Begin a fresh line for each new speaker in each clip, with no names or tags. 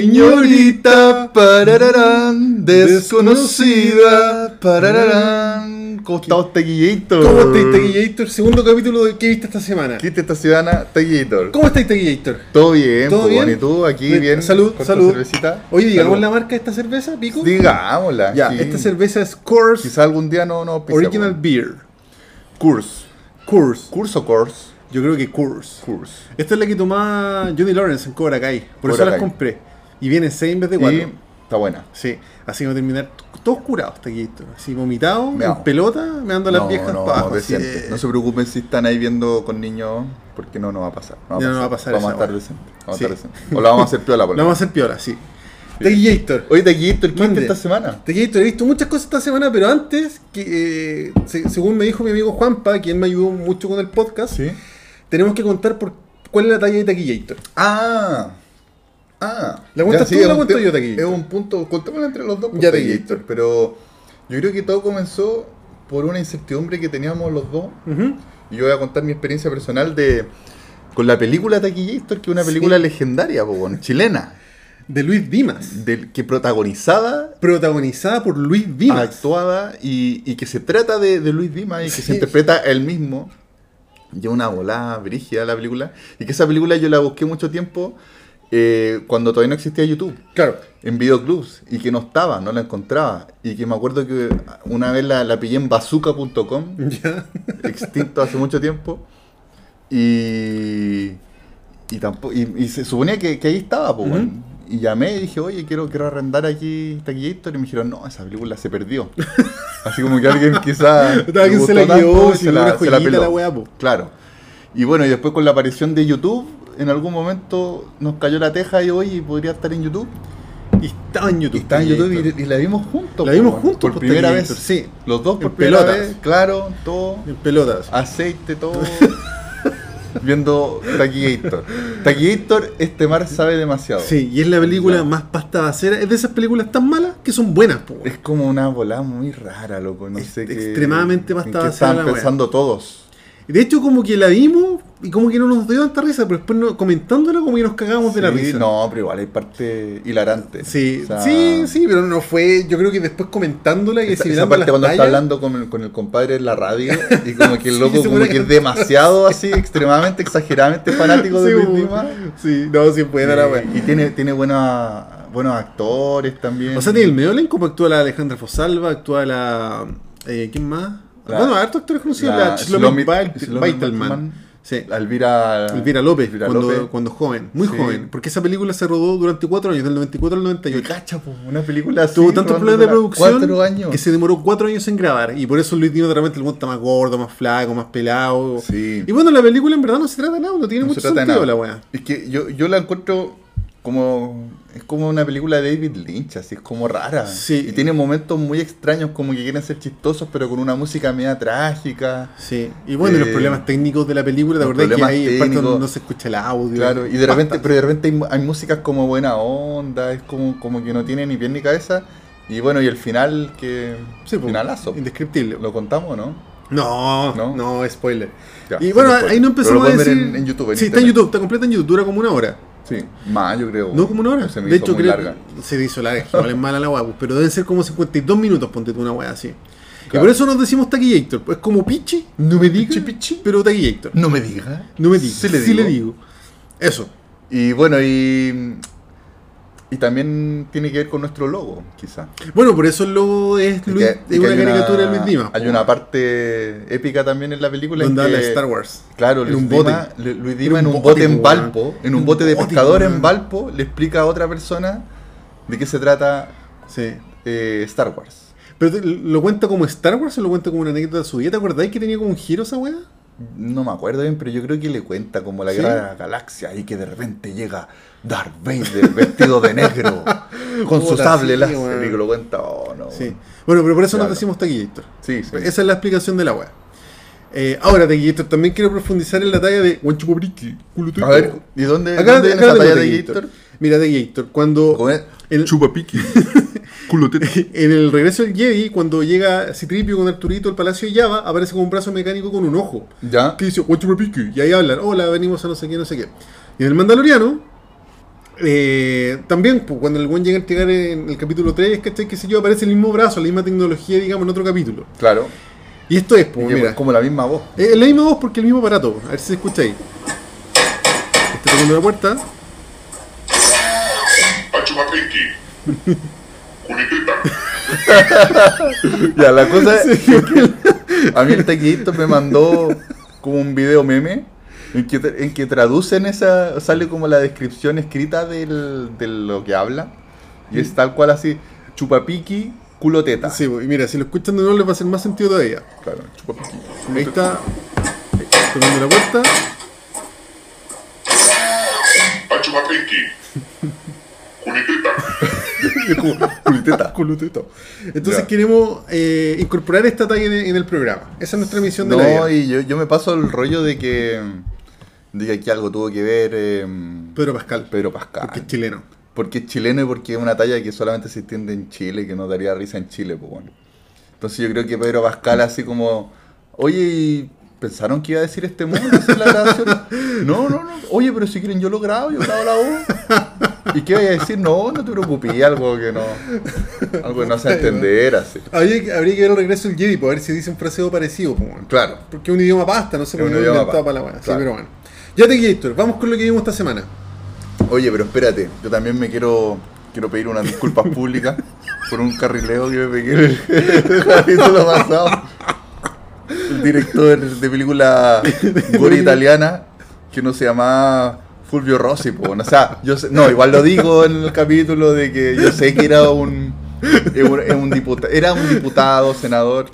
Señorita parararán, desconocida parararán. ¿Cómo estamos, Tequillito?
¿Cómo estáis, Tequillator? Segundo capítulo de ¿Qué viste esta semana?
¿Qué te esta ciudadana, Tequillator?
¿Cómo estáis, Tequillator?
Todo bien,
¿Todo
¿Todo
bien?
¿Y tú? Aquí
Bien,
bien.
salud,
con tu
salud.
cervecita.
Oye, digamos
Salud.
la marca de esta cerveza, Pico.
Digámosla.
ya,
sí.
esta cerveza es Coors
Quizá algún día no no pise,
Original
bueno.
Beer.
Curse.
Coors.
Curse o Curse.
Yo creo que Coors.
Curse.
Esta es la que tomaba Johnny Lawrence en Cobra Kai. Por eso
Cobra
las
Kai.
compré. Y viene 6 en vez de 4.
Y está buena.
Sí, así vamos a terminar t- todos curados, Tequillator. Así vomitado,
Meao.
en pelota, me ando las viejas
no,
para abajo. así,
decente.
eh.
No se preocupen si están ahí viendo con niños, porque no nos va a pasar.
Ya no va a pasar
Vamos
esa
a estar
hora.
decentes. Vamos
Sí.
a estar decentes. O la vamos a hacer piola, por
La
lo
vamos a hacer piola, sí. Tequillator.
Oye, Taquillito, ¿qué
Mande.
hiciste esta semana?
Te quedé- te he visto muchas cosas esta semana, pero antes, que, eh, se- según me dijo mi amigo Juanpa, quien me ayudó mucho con el podcast, tenemos que contar por cuál es la talla de Taquillator.
Ah. Ah.
¿La cuentas tú o
es
la
un
cuento
te-
yo, Taquillito?
Es un punto. Contémoslo entre los dos. pues,
Ya,
Taquillito.
Taquillito.
Pero yo creo que todo comenzó por una incertidumbre que teníamos los dos. Y yo voy a contar mi experiencia personal de. Con la película Taquillator, que es una
Sí.
película legendaria, po, weón, chilena,
De Luis Dimas.
del, que protagonizada
Protagonizada por Luis Dimas.
actuada y, y que se trata de, de Luis Dimas y que
Sí.
se interpreta él mismo. Ya una volada brígida la película. Y que esa película yo la busqué mucho tiempo eh, cuando todavía no existía YouTube,
Claro.
en videoclubs, y que no estaba, no la encontraba. Y que me acuerdo que una vez la, la pillé en bazooka.com,
Ya.
extinto hace mucho tiempo. Y. Y, tampoco, y, y se suponía que, que ahí estaba, pues,
Ujú.
Y llamé y dije, oye, quiero, quiero arrendar aquí Taquillator. Y me dijeron, no, esa película se perdió. Así como que alguien quizá. le
Alguien se
gustó
la
tanto
llevó,
y
si una
se
joyita
peló.
la weá, po.
Claro. Y bueno, y después con la aparición de YouTube, en algún momento nos cayó la teja y oye, podría estar en YouTube.
Y estaba en
Y
YouTube.
está en
Taquillator.
YouTube y, y la vimos juntos.
La
po,
vimos
weón.
juntos,
Por
pues,
primera vez.
Taquillator, sí.
Los dos
En
por primera
pelotas.
vez, claro, todo
En pelotas.
aceite, todo. viendo Taquillator. Taquillator, este mar sabe demasiado.
Sí, y es la película
Ya.
más pasta vacera. Es de esas películas tan malas que son buenas, po.
Es como una volada muy rara, loco. No
Es
sé qué.
extremadamente
en
más
qué
tabacera
estaban
la wea.
pensando todos.
De hecho, como que la vimos y como que no nos dio tanta risa, pero después no- comentándola como que nos cagábamos de la
Sí,
risa.
No, pero igual hay parte hilarante.
Sí,
O sea,
sí, sí, pero no fue. Yo creo que después comentándola y
Esa, esa
asimilando
parte
las
cuando está
tallas,
hablando con el, con el compadre en la radio y como que el
Sí,
loco
se
como
pone
que es
cantando.
demasiado así, extremadamente, exageradamente fanático de
Sí,
Luis
como-
Dimas.
Sí, no, sí, puede dar la wea.
Y tiene, tiene buena- buenos actores también.
O sea, tiene el medio elenco, pues, actúa la Alejandra Fosalva, actúa la. Eh, ¿Quién más?
La-
bueno, harto actores conocidos, la,
la
Shlomi
Shlomi-
Bait-
Shlomi
Baitelman.
Baitelman.
Sí.
Elvira,
Elvira López,
Elvira
cuando,
López.
cuando joven, muy
Sí.
joven, porque esa película se rodó durante cuatro años, del 94 al
Y
98.
cacha, po, una película así.
Tuvo tantos problemas de
rodándola
producción
Cuatro años.
que se demoró cuatro años en grabar. Y por eso Luis Dino de repente el weón está más gordo, más flaco, más pelado.
Sí.
Y bueno, la película en verdad no se trata de nada, no tiene
No
mucho
se trata de
sentido
nada.
la weá.
Es que yo, yo la encuentro como. Es como una película de David Lynch, así es como rara.
Sí.
Y tiene momentos muy extraños, como que quieren ser chistosos, pero con una música media trágica.
Sí. Y bueno, y los
Eh,
problemas técnicos de la película, ¿te
los
acordás que
problemas
ahí en parte
técnicos.
no se escucha el audio?
Claro, y de repente, pero de repente hay, mu- hay músicas como buena onda, es como, como que no tiene ni pie ni cabeza. Y bueno, y el final que.
Sí, pues,
finalazo.
Indescriptible.
¿Lo contamos o no?
No, no,
No.
spoiler.
Ya,
y bueno,
sin spoiler.
ahí no
Pero lo
empezamos a
pueden ver
decir...
en, en YouTube.
sí, está en
internet.
YouTube, está completa en YouTube, dura como una hora.
Sí, más yo creo.
No como una hora.
Se me
de
hizo
hecho,
muy
creo
larga.
se hizo larga. Igual es mala la weá, pues, pero deben ser como 52 minutos, ponte tú una weá así. Y
Claro.
por eso nos decimos taquillator. Pues como pichi,
No me
pichi, pichi, pero taquillator.
No me diga.
No me digas.
Sí le digo.
Eso.
Y bueno, y. Y también tiene que ver con nuestro logo, quizá.
Bueno, por eso el logo es, Luis-
Que-
es
que
una
hay
caricatura de Luis Dimas.
Hay una parte épica también en la película. en
donde habla
que-
de Star Wars.
Claro,
En
Luis
un bote.
Dimas- Lu- Luis
En un
Dimas en un
bote,
bote en
weón.
Valpo, en
En
un bote de
bote,
pescador
weón.
en Valpo, le explica a otra persona de qué se trata
Sí.
eh, Star Wars.
Pero te- lo cuenta como Star Wars o lo cuenta como una anécdota de su vida. ¿Te acordáis que tenía como un giro esa weá?
No me acuerdo bien, pero yo creo que le cuenta como la
¿Sí?
guerra de la galaxia y que de repente llega Darth Vader vestido de negro con su
Puta,
sable
sí,
láser
weón.
y que lo cuenta. Oh, no.
Sí. Bueno, pero por eso
Claro.
nos decimos taquillator.
Sí, sí.
Esa Pues, es la explicación de la weá. Eh, ahora, Taquillator, también quiero profundizar en la talla de Guanchupobriqui, culo tuyo. Eh,
A ver, ¿y dónde,
acá,
dónde
acá
viene esa
tengo
talla de
Taquillator.
Gator?
Mira, Taquillator, cuando el-
Chupapiqui. Culotete.
en el regreso del Jedi, cuando llega Citripio con Arturito al Palacio de Java, aparece con un brazo mecánico con un ojo.
Ya.
Que dice, Guanchupobriqui, y ahí hablan, hola, venimos a no sé qué, no sé qué. Y en el Mandaloriano, Eh, también, pues, cuando el buen llega a entregar en el capítulo 3, ¿cachai? Que sé yo, aparece el mismo brazo, la misma tecnología, digamos, en otro capítulo.
Claro.
Y esto es, pues,
Y que
mira.
es como la misma voz.
Eh, la misma voz porque el mismo aparato. A ver si se escucha ahí. Este Está tocando la puerta.
Pachumapenki. Cuniquita.
Ya, la cosa es que a mí el taquillito me mandó como un video meme en que, en que traducen esa, sale como la descripción escrita del, de lo que habla y es tal cual así, chupapiqui, culoteta.
Sí, pues, y mira, si lo escuchan de nuevo les va a hacer más sentido todavía.
Claro, chupapiqui.
Ahí está. Tocando la puerta.
Pachumapenki. Cuniquita.
Es como culoteta.
Culuteta. Entonces
Ya.
queremos eh, incorporar esta talla en, en el programa. Esa es nuestra misión de la
No,
vida.
y yo, yo me paso el rollo de que, de que aquí algo tuvo que ver eh,
Pedro Pascal,
Pedro Pascal.
porque es chileno.
Porque es chileno y porque es una talla que solamente se entiende en Chile y que no daría risa en Chile, pues bueno. Entonces yo creo que Pedro Pascal así como, oye, ¿y ¿pensaron que iba a decir este mundo en la grabación? No, no, no. Oye, pero si quieren yo lo grabo, yo grabo la voz. ¿Y qué vaya a decir? No, no te preocupes, algo que no, algo que no se va a entender así.
Habría, habría que ver el regreso del Jedi para ver si dice un fraseo parecido. pues, bueno.
Claro.
Porque es un idioma pasta, no sé por
Es un
qué no
idioma
inventado
pasta,
para la buena. Sí,
claro.
pero bueno. Ya te Gator, vamos con lo que vimos esta semana.
Oye, pero espérate, yo también me quiero quiero pedir unas disculpas públicas por un carrileo que me pegué en el capítulo pasado. El director de película gore italiana que no se llamaba Fulvio Rossi, po, o sea, yo sé- no, igual lo digo en el capítulo de que yo sé que era un era un- era un diputa- era un diputado, senador,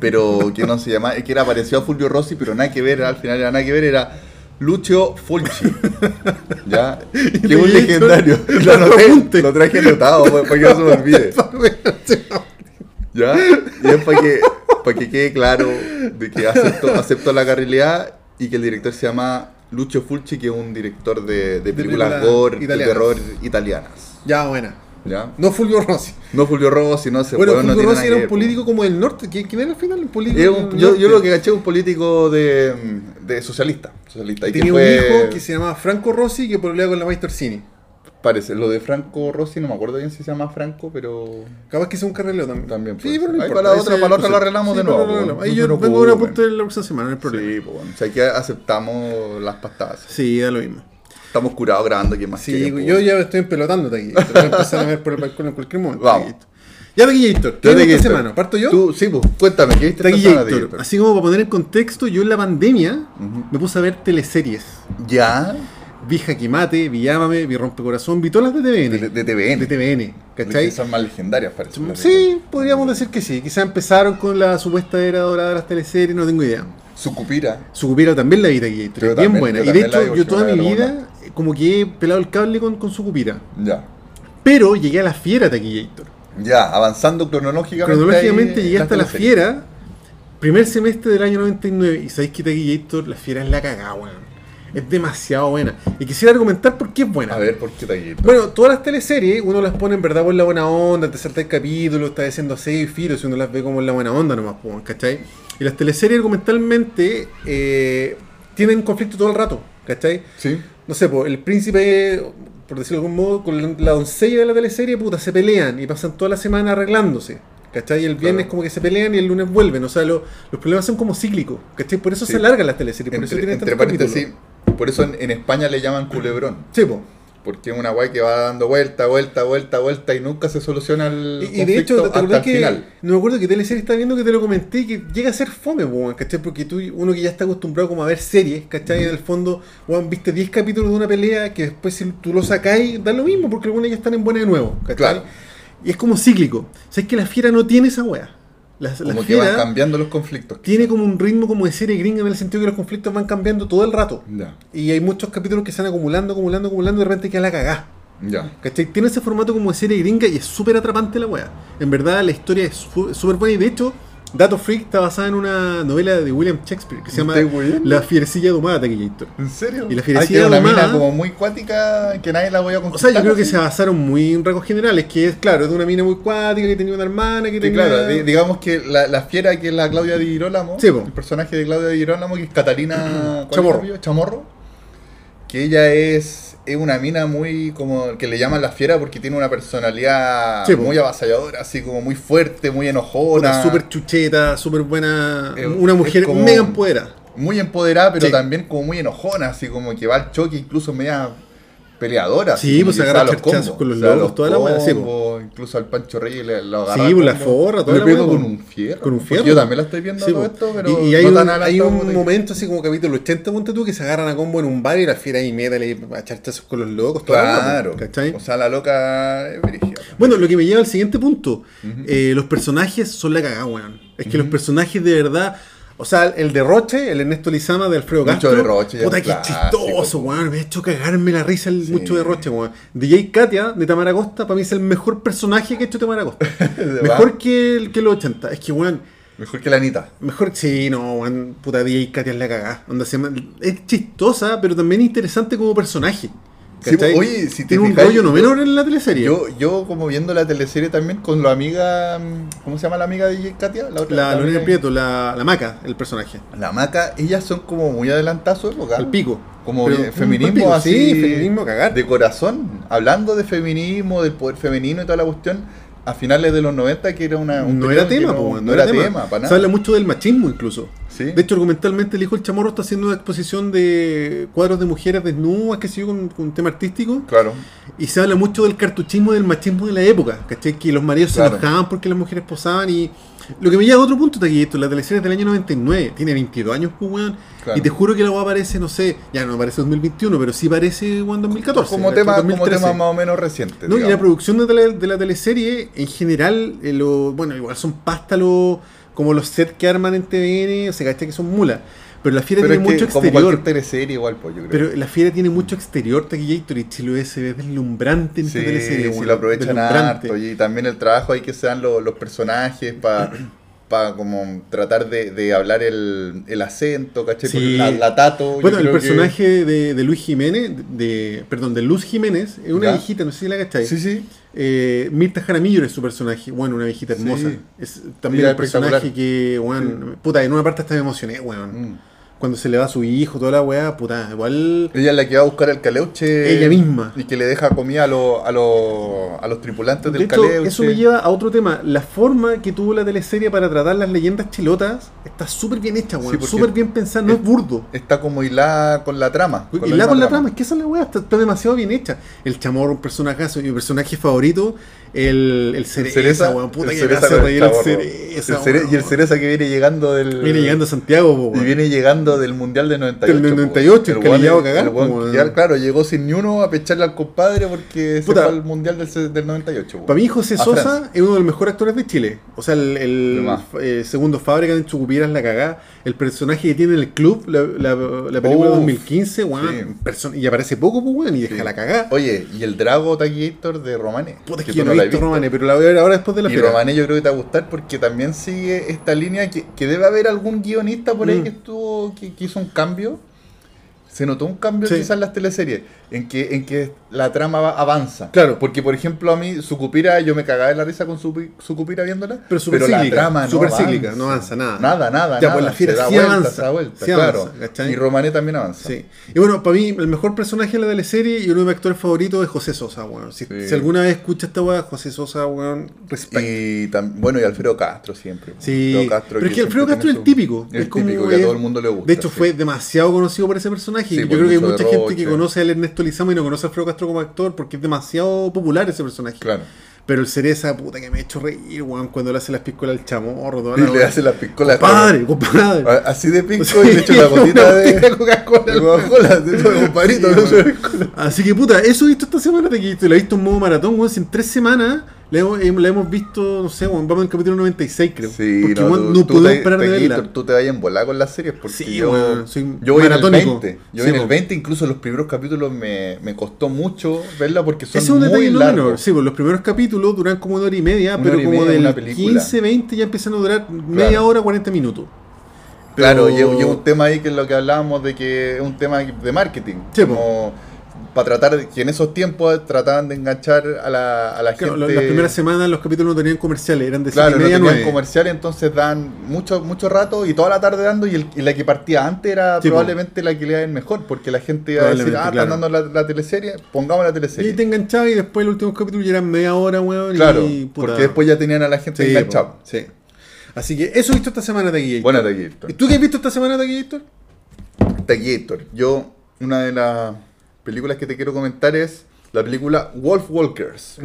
pero que no se llamaba, que era parecido a Fulvio Rossi, pero nada que ver, al final era nada que ver, era Lucio Fulci. ¿Ya? Que un
Gator,
legendario. Lo, anoté, lo traje anotado para que no se me olvide. ¿Ya? Y es para que, para que quede claro de que acepto, acepto la carrilidad y que el director se llama Lucio Fulci, que es un director de, de películas
películas
gore, de
italianas.
terror italianas.
Ya, buena.
¿Ya?
No Fulvio Rossi.
No Fulvio Rossi, no se
bueno,
Este weón, no
Fulvio
tiene
Rossi
nada
era
que
un
ver,
político como del norte. ¿Quién, quién era al final? Un político.
Era un-
del
yo,
norte.
yo lo que caché es un político de, de socialista. socialista y que
Tenía
fue-
un hijo que se llamaba Franco Rossi que problema con la Maestro Cini.
Parece, lo de Franco Rossi, no me acuerdo bien si se llama Franco, pero.
Capaz que sea un carreleo también.
También puede
Sí, pero
ser.
no
Ahí
importa.
para la otra-
ese-
para la otra lo arreglamos de
para
nuevo,
lo arreglamos.
pues,
Ahí
no
yo
se nos
vengo a una
ocurre.
punta de la próxima semana, no hay problema.
Sí, pues bueno. O sea, que aceptamos las pastadas.
Sí, da lo mismo.
Estamos curados grabando, ¿qué más
Sí,
quieren, pues,
yo
bueno?
ya estoy empelotándote aquí. Te voy a empezar a ver por el balcón en cualquier momento.
Vamos.
Taquillator. Ya, Taquillator. ¿Qué
Yo te
vimos esta
quito.
semana? ¿Parto yo?
Tú, sí, pues cuéntame, ¿qué viste esta semana,
Taquillator.
Taquillator?
Así como para poner en contexto, yo en la pandemia me puse a ver teleseries.
Ya,
Vi Jaquimate, vi Llámame, vi Rompecorazón, vi todas las de TVN.
de, de TVN.
De TVN,
¿Cachai?
¿cachai?
Son más legendarias, parece. las de-
Sí, podríamos decir que sí. Quizás empezaron con la supuesta era dorada de las teleseries, no tengo idea.
Sucupira.
Sucupira también la vi Taquillator,
Yo
bien
también,
buena.
yo
Y de
también la
hecho,
vi,
yo
porque
toda
me
mi
la
vida eh, como que he pelado el cable con, con Sucupira.
Ya.
Pero llegué a la fiera Taquillator.
Ya, avanzando cronológicamente.
Cronológicamente
ahí
llegué
las
hasta la
teleseries.
fiera, primer semestre del año 99. Y sabéis que Taquillator, la fiera es la cagada, weón. Es demasiado buena. Y quisiera argumentar por qué es buena.
A ver, ¿por qué Taquillator?
Bueno, todas las teleseries uno las pone en verdad por la buena onda, te salta el capítulo, está diciendo seis filos y uno las ve como en la buena onda nomás, po, ¿cachai? Y las teleseries argumentalmente eh, tienen conflicto todo el rato, ¿cachai?
Sí.
No sé, po, el príncipe, por decirlo de algún modo, con la doncella de la teleserie, puta, se pelean y pasan toda la semana arreglándose. ¿Cachai? Y el viernes
Claro.
como que se pelean y el lunes vuelven. O sea, lo- los problemas son como cíclicos. ¿Cachai? Por eso
Sí.
se alargan las teleseries. Por eso
Entre,
tienen
entre
tantos capítulos.
paréntesis, por eso en, en España le llaman culebrón.
Sí, po.
Porque es una guay que va dando vuelta, vuelta, vuelta, vuelta y nunca se soluciona el
Y- Y,
conflicto
de hecho, ¿te
hasta
acordás
el
que.?
final.
No me acuerdo que teleserie está viendo que te lo comenté que llega a ser fome, po, weón, ¿cachai? Porque tú, uno que ya está acostumbrado como a ver series, ¿cachai? En el fondo, weón, viste 10 capítulos de una pelea que después si tú lo sacáis, da lo mismo porque algunos ya están en buena de nuevo, ¿cachai?
Claro.
Y es como cíclico. O sea, es que la fiera no tiene esa weá. La, la
Como que van
fiera
cambiando los conflictos.
tiene como un ritmo como de serie gringa en el sentido que los conflictos van cambiando todo el rato.
Ya,
Y hay muchos capítulos que se van acumulando, acumulando, acumulando y de repente queda la cagá.
ya.
¿Cachai? Tiene ese formato como de serie gringa y es súper atrapante la weá. En verdad, la historia es su- súper buena y de hecho, Dato Freak está basada en una novela de William Shakespeare que se
¿Me
llama
estáis weyando?
La fierecilla domada Taquillator.
¿En serio?
Y la
Hay
fierecilla
que una
domada-
mina como muy cuática que nadie la voy a
O
conquistar.
sea, yo creo que
así.
se basaron muy en rasgos generales, que es, claro, es de una mina muy cuática que tenía una hermana, que
Sí,
tenía...
claro, di- digamos que la, la fiera que es la Claudia Di Girolamo,
Sí, po.
el personaje de Claudia Di Girolamo, que es Catalina ¿cuál es
Chamorro.
el apellido? Chamorro, que ella es es una mina muy como que le llaman la fiera porque tiene una personalidad
Sí, po.
muy avasalladora, así como muy fuerte, muy enojona.
Una súper chucheta, súper buena.
Eh,
Una
es
mujer
como-
mega empoderada.
Muy empoderada, pero
Sí.
también como muy enojona, así como que va al choque, incluso media peleadora.
Sí,
así,
pues,
y
agarra
se da
charchazos
combos,
con los
se da
locos, toda la wea, sí, po.
combos, Incluso al Pancho Reyes le lo
Sí,
agarra.
pues, la
combo.
forra, toda
Le
la
pego
wea,
con
po.
un fierro.
Con un
porque
fierro.
Yo también la estoy viendo
Sí,
todo
po.
esto, pero
y, y hay
no
un,
tan
hay
adelantado,
un
puta, que-
momento así como capítulo 80, ponte tú, que se agarran a combo en un bar y la fiera ahí mete a charchazos con los locos. toda la wea,
Claro.
pues, ¿cachai?
O sea, la loca es brígida. pues.
Bueno, lo que me lleva al siguiente punto. Eh, los personajes son la cagada, weón. Es que los personajes de verdad. O sea, el derroche, el Ernesto Lizama de Alfredo
Mucho
Castro.
derroche, ya
puta,
un
que
clásico,
chistoso,
po.
weón. Me ha hecho cagarme la risa el
Sí.
mucho derroche, weón. DJ Katia de Tamara Costa, para mí es el mejor personaje que ha hecho Tamara Costa.
¿De
mejor
verdad?
que el, que los 80. Es que, weón.
Mejor que la Anita.
Mejor, sí, no, weón. Puta, DJ Katia es la cagada. Onda, se llama- es chistosa, pero también interesante como personaje.
Sí, po,
¿Cachai?
oye, si te
Tiene un
fijas,
rollo
yo-
no menor en la teleserie.
Yo, yo como viendo la teleserie también con la amiga, mm, ¿cómo se llama la amiga de J. Katia? otra,
La
amiga
Lorena
de-
Prieto, la, la maca, el personaje.
La Maca, ellas son como muy adelantadas a su época.
Al pico.
Como
Pero,
eh,
mm,
feminismo
al pico,
así.
Sí, feminismo a cagar.
De corazón. Hablando de feminismo, del poder femenino y toda la cuestión, a finales de los 90 que era una, un
no
periodo
era
que
tema,
no,
po,
no era tema, para nada.
Se habla mucho del machismo incluso.
Sí.
De hecho, argumentalmente, el hijo del chamorro está haciendo una exposición de cuadros de mujeres desnudas, que sé yo, con, con un tema artístico.
Claro.
Y se habla mucho del cartuchismo y del machismo de la época. ¿Cachai? Que los maridos
Claro.
se enojaban porque las mujeres posaban y... Lo que me lleva a otro punto, Taquillito, la teleserie es del año 99, tiene 22 años, pues, weón.
Claro.
Y te juro que la weá parece, no sé, ya no parece 2021, pero sí parece, weón, 2014.
Como
¿cachai?
tema, como
2013.
tema más o menos reciente.
No, y la
digamos.
producción de, tele- de la teleserie, en general, eh, lo, bueno, igual son pasta lo- como los sets que arman en TVN, o sea, caché que son mulas. Pero la fiera
pero es
tiene
que
mucho
como cualquier
exterior.
teleserie igual, pues yo creo.
Pero la fiera tiene mucho exterior, Taquillator, y Chilo S es deslumbrante en esta teleserie.
si
weón,
lo aprovechan
deslumbrante.
harto. Y también el trabajo ahí que se dan lo- los personajes para como tratar de, de hablar el, el acento, ¿cachai?
Sí.
Con La, la tato. yo
Bueno, el
creo que-
personaje de, de Luis Jiménez, de, perdón, de Luz Jiménez, es una
Ya.
viejita, no sé si la cacháis.
Sí, sí.
Eh, Mirta Jaramillo es su personaje, bueno, una viejita
Sí.
hermosa. Es
Ella
también
es
el personaje
espectacular.
que, weón, puta, en una parte hasta me emocioné, weón.
Mm.
cuando se le va a su hijo, toda la weá, puta, igual.
Ella es la que va a buscar el caleuche.
Ella misma.
Y que le deja comida a, los a, los a los tripulantes
De
del
hecho,
caleuche.
eso me lleva a otro tema. La forma que tuvo la teleserie para tratar las leyendas chilotas está súper bien hecha,
Sí,
weón.
porque
súper bien pensada, no
es-
es burdo.
Está como hilada con la trama.
Y
misma
la con la trama, es que esa es la weá, está, está demasiado bien hecha. El chamorro, un personajazo, mi personaje favorito, el, el cereza, weón, puta
el
que me
cereza
hace
con
reír el
chaborro.
cereza.
El cere-
weón.
y el cereza que viene llegando del.
Viene llegando a Santiago, po,
Y
weón.
viene llegando del Mundial de 98.
Del
po,
98,
weón.
el
weón-
calillado a cagar,
el weón
po,
que
weón.
ya, claro, llegó sin ni uno a pecharle al compadre porque
Puta.
se fue al Mundial del, se- del 98. weón.
Para mí, José
A
Sosa
Francia.
es uno de los mejores actores de Chile. O sea, el, el,
De más.
eh, segundo Fábrica en Chucupiera es la cagada. El personaje que tiene en el club, la, la, la película de
Uf,
2015, weón,
sí.
perso- y aparece poco, pues, weón, y deja la cagada.
Oye, y el Drago Taquillator de Romane.
Puta, es que
que tú
yo no he
la has
visto
visto.
Romane, pero la voy a ver ahora después de la
Y
fiera.
Romane yo creo que te va a gustar porque también sigue esta línea que, que debe haber algún guionista por ahí
Mm.
que estuvo que, que hizo un cambio. Se notó un cambio
Sí.
quizás en las teleseries, en que, en que la trama va- avanza.
Claro.
Porque, por ejemplo, a mí, Sucupira, yo me cagaba de la risa con Supi- Sucupira viéndola.
Pero súper
la
cíclica,
trama no
súper
avanza.
cíclica, no avanza nada.
Nada, nada,
Ya,
nada.
pues, la fiera
se da
sí
vuelta,
avanza,
se da vuelta,
sí
claro.
avanza, ¿cachai?
y Romané también avanza.
Sí. Y bueno, para mí, el mejor personaje de la teleserie y uno de mis actores favoritos es José Sosa, weón. Si,
Sí.
si alguna vez escucha esta weá, José Sosa, weón, respect.
Y tam- bueno, y Alfredo Castro siempre. pues.
Sí,
Alfredo Castro
pero es que Alfredo Castro
siempre
es
tiene
el
su-
típico.
El
es como
típico que a
es-
todo el mundo le gusta.
De hecho,
sí.
fue demasiado conocido por ese personaje.
Sí,
Yo
por
creo que hay
mucho
mucha gente que
derroche.
conoce al Ernesto Lizama y no conoce a Alfredo Castro como actor porque es demasiado popular ese personaje.
Claro.
Pero el cereza, puta, que me ha hecho reír, weón, cuando le hace las piscolas al chamorro. toda
Y
la
le
weá.
hace la piscola.
Compadre, compadre.
A- Así de pico
Sí,
y le echa una gotita de
gotita de Coca-Cola.
de Coca-Cola. de eso, compadrito,
Sí,
de eso.
Así que puta, eso he visto esta semana, te quito. Lo he visto en modo maratón, weón. Si en tres semanas la hemos, eh, la hemos visto, no sé, weón, vamos en el capítulo 96, creo. porque
no,
weón,
tú-
no
tú
podemos
te-
parar de
te-
verla.
Tú te vayas en volar con las series porque
Sí,
yo,
weón, soy
yo voy en el
maratónico.
20. Yo
Sí,
en el
po.
20 incluso los primeros capítulos me, me costó mucho verla porque son
Ese es un
muy
detalle no
largos.
menor. Sí, pues los primeros capítulos duran como una hora y media,
Una
pero
hora y
como
media, una
del
película.
15, 20 ya empiezan a durar media hora, 40 minutos.
Claro,
Pero-
y es y es un tema ahí que es lo que hablábamos de que es un tema de marketing.
Sí, po.
como para tratar, de- que en esos tiempos trataban de enganchar a la, a la
Claro, la-
gente.
Las primeras semanas los capítulos no tenían comerciales, eran de siete
Claro,
y
no
media a
tenían
nueve.
comercial, entonces dan mucho, mucho rato y toda la tarde dando. Y, el- y la que partía antes era
Sí, po.
probablemente la que le daban mejor, porque la gente iba a decir, ah,
Probablemente, claro.
están dando la, la teleserie, pongamos la
Y ahí
teleserie.
te enganchabas y después los últimos capítulos ya eran media hora, weón.
claro,
y, puta.
porque después ya tenían a la gente
Sí,
enganchada.
po, sí. Así que eso he visto esta semana, Taquillator.
Buena Taquillator.
¿Y tú qué has visto esta semana, Taquillator?
Taquillator. Yo, una de las películas que te quiero comentar es la película Wolf Walkers.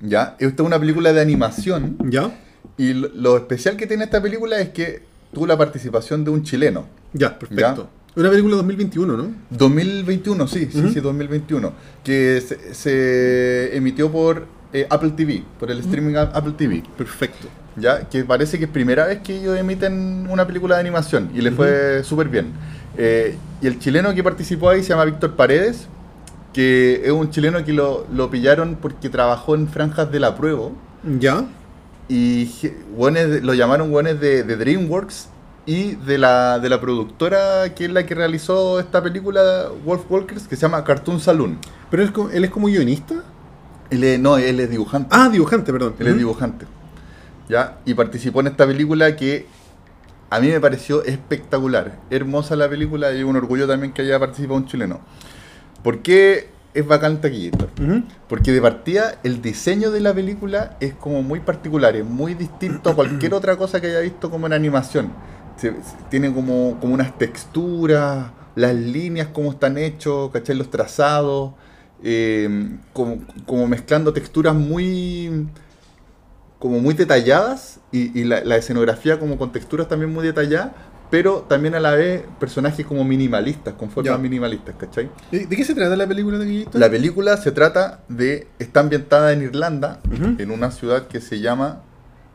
¿Ya? Esta es una película de animación.
Ya,
Y lo- lo especial que tiene esta película es que tuvo la participación de un chileno.
ya, perfecto. Una película 2021, ¿no?
2021, sí, sí, sí, 2021. Que se, se emitió por eh, Apple TV, por el streaming a- Apple TV.
Perfecto.
¿ya? Que parece que es primera vez que ellos emiten una película de animación y les fue súper bien. Eh, y el chileno que participó ahí se llama Víctor Paredes, que es un chileno que lo, lo pillaron porque trabajó en franjas de la prueba.
Ya,
Y je- hueones de- lo llamaron hueones de, de DreamWorks y de la, de la productora que es la que realizó esta película, Wolf Walkers, que se llama Cartoon Saloon.
pero él es, co- él es como guionista.
Él es- no, él es dibujante.
Ah, dibujante, perdón.
Él es
Ujú.
dibujante. ¿Ya? Y participó en esta película que a mí me pareció espectacular. Hermosa la película y un orgullo también que haya participado un chileno. ¿Por qué es bacán Taquillito?
Ujú.
Porque de partida el diseño de la película es como muy particular, es muy distinto a cualquier otra cosa que haya visto como en animación. Se- se- tiene como, como unas texturas, las líneas como están hechos, ¿cachai? Los trazados, eh, como, como mezclando texturas muy como muy detalladas y, y la, la escenografía como con texturas también muy detalladas, pero también a la vez personajes como minimalistas, con formas
Ya.
minimalistas, ¿cachai?
¿De, de qué se trata la película, Taquillator?
La película se trata de. Está ambientada en Irlanda,
Ujú.
en una ciudad que se llama.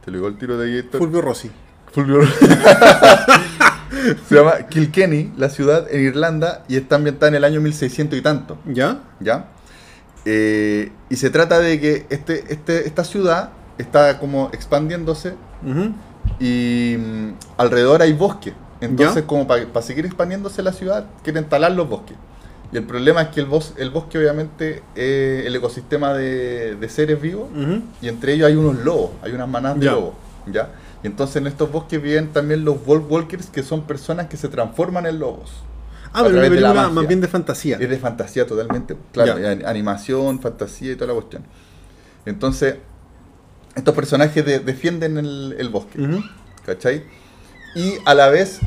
Te lo digo el tiro de ahí, Héctor.
Fulvio Rossi.
Fulvio. se llama Kilkenny, la ciudad en Irlanda, y está ambientada en el año 1600 y tanto.
¿Ya?
¿ya? Eh, y se trata de que este, este, esta ciudad está como expandiéndose
Ujú.
y mm, alrededor hay bosque. Entonces,
Ya.
como para seguir expandiéndose la ciudad, quieren talar los bosques. Y el problema es que el, bos- el bosque, obviamente, es el ecosistema de, de seres vivos.
Ujú.
Y entre ellos hay unos lobos, hay unas manadas de
Ya.
lobos. ¿ya? Y entonces en estos bosques viven también los wolf walkers, que son personas que se transforman en lobos.
Ah, pero una
través de la
película
magia.
más bien de fantasía.
Es de fantasía totalmente. Claro,
Ya.
y an- animación, fantasía y toda la cuestión. Entonces, estos personajes de- defienden el, el bosque.
Ujú.
¿cachai? Y a la vez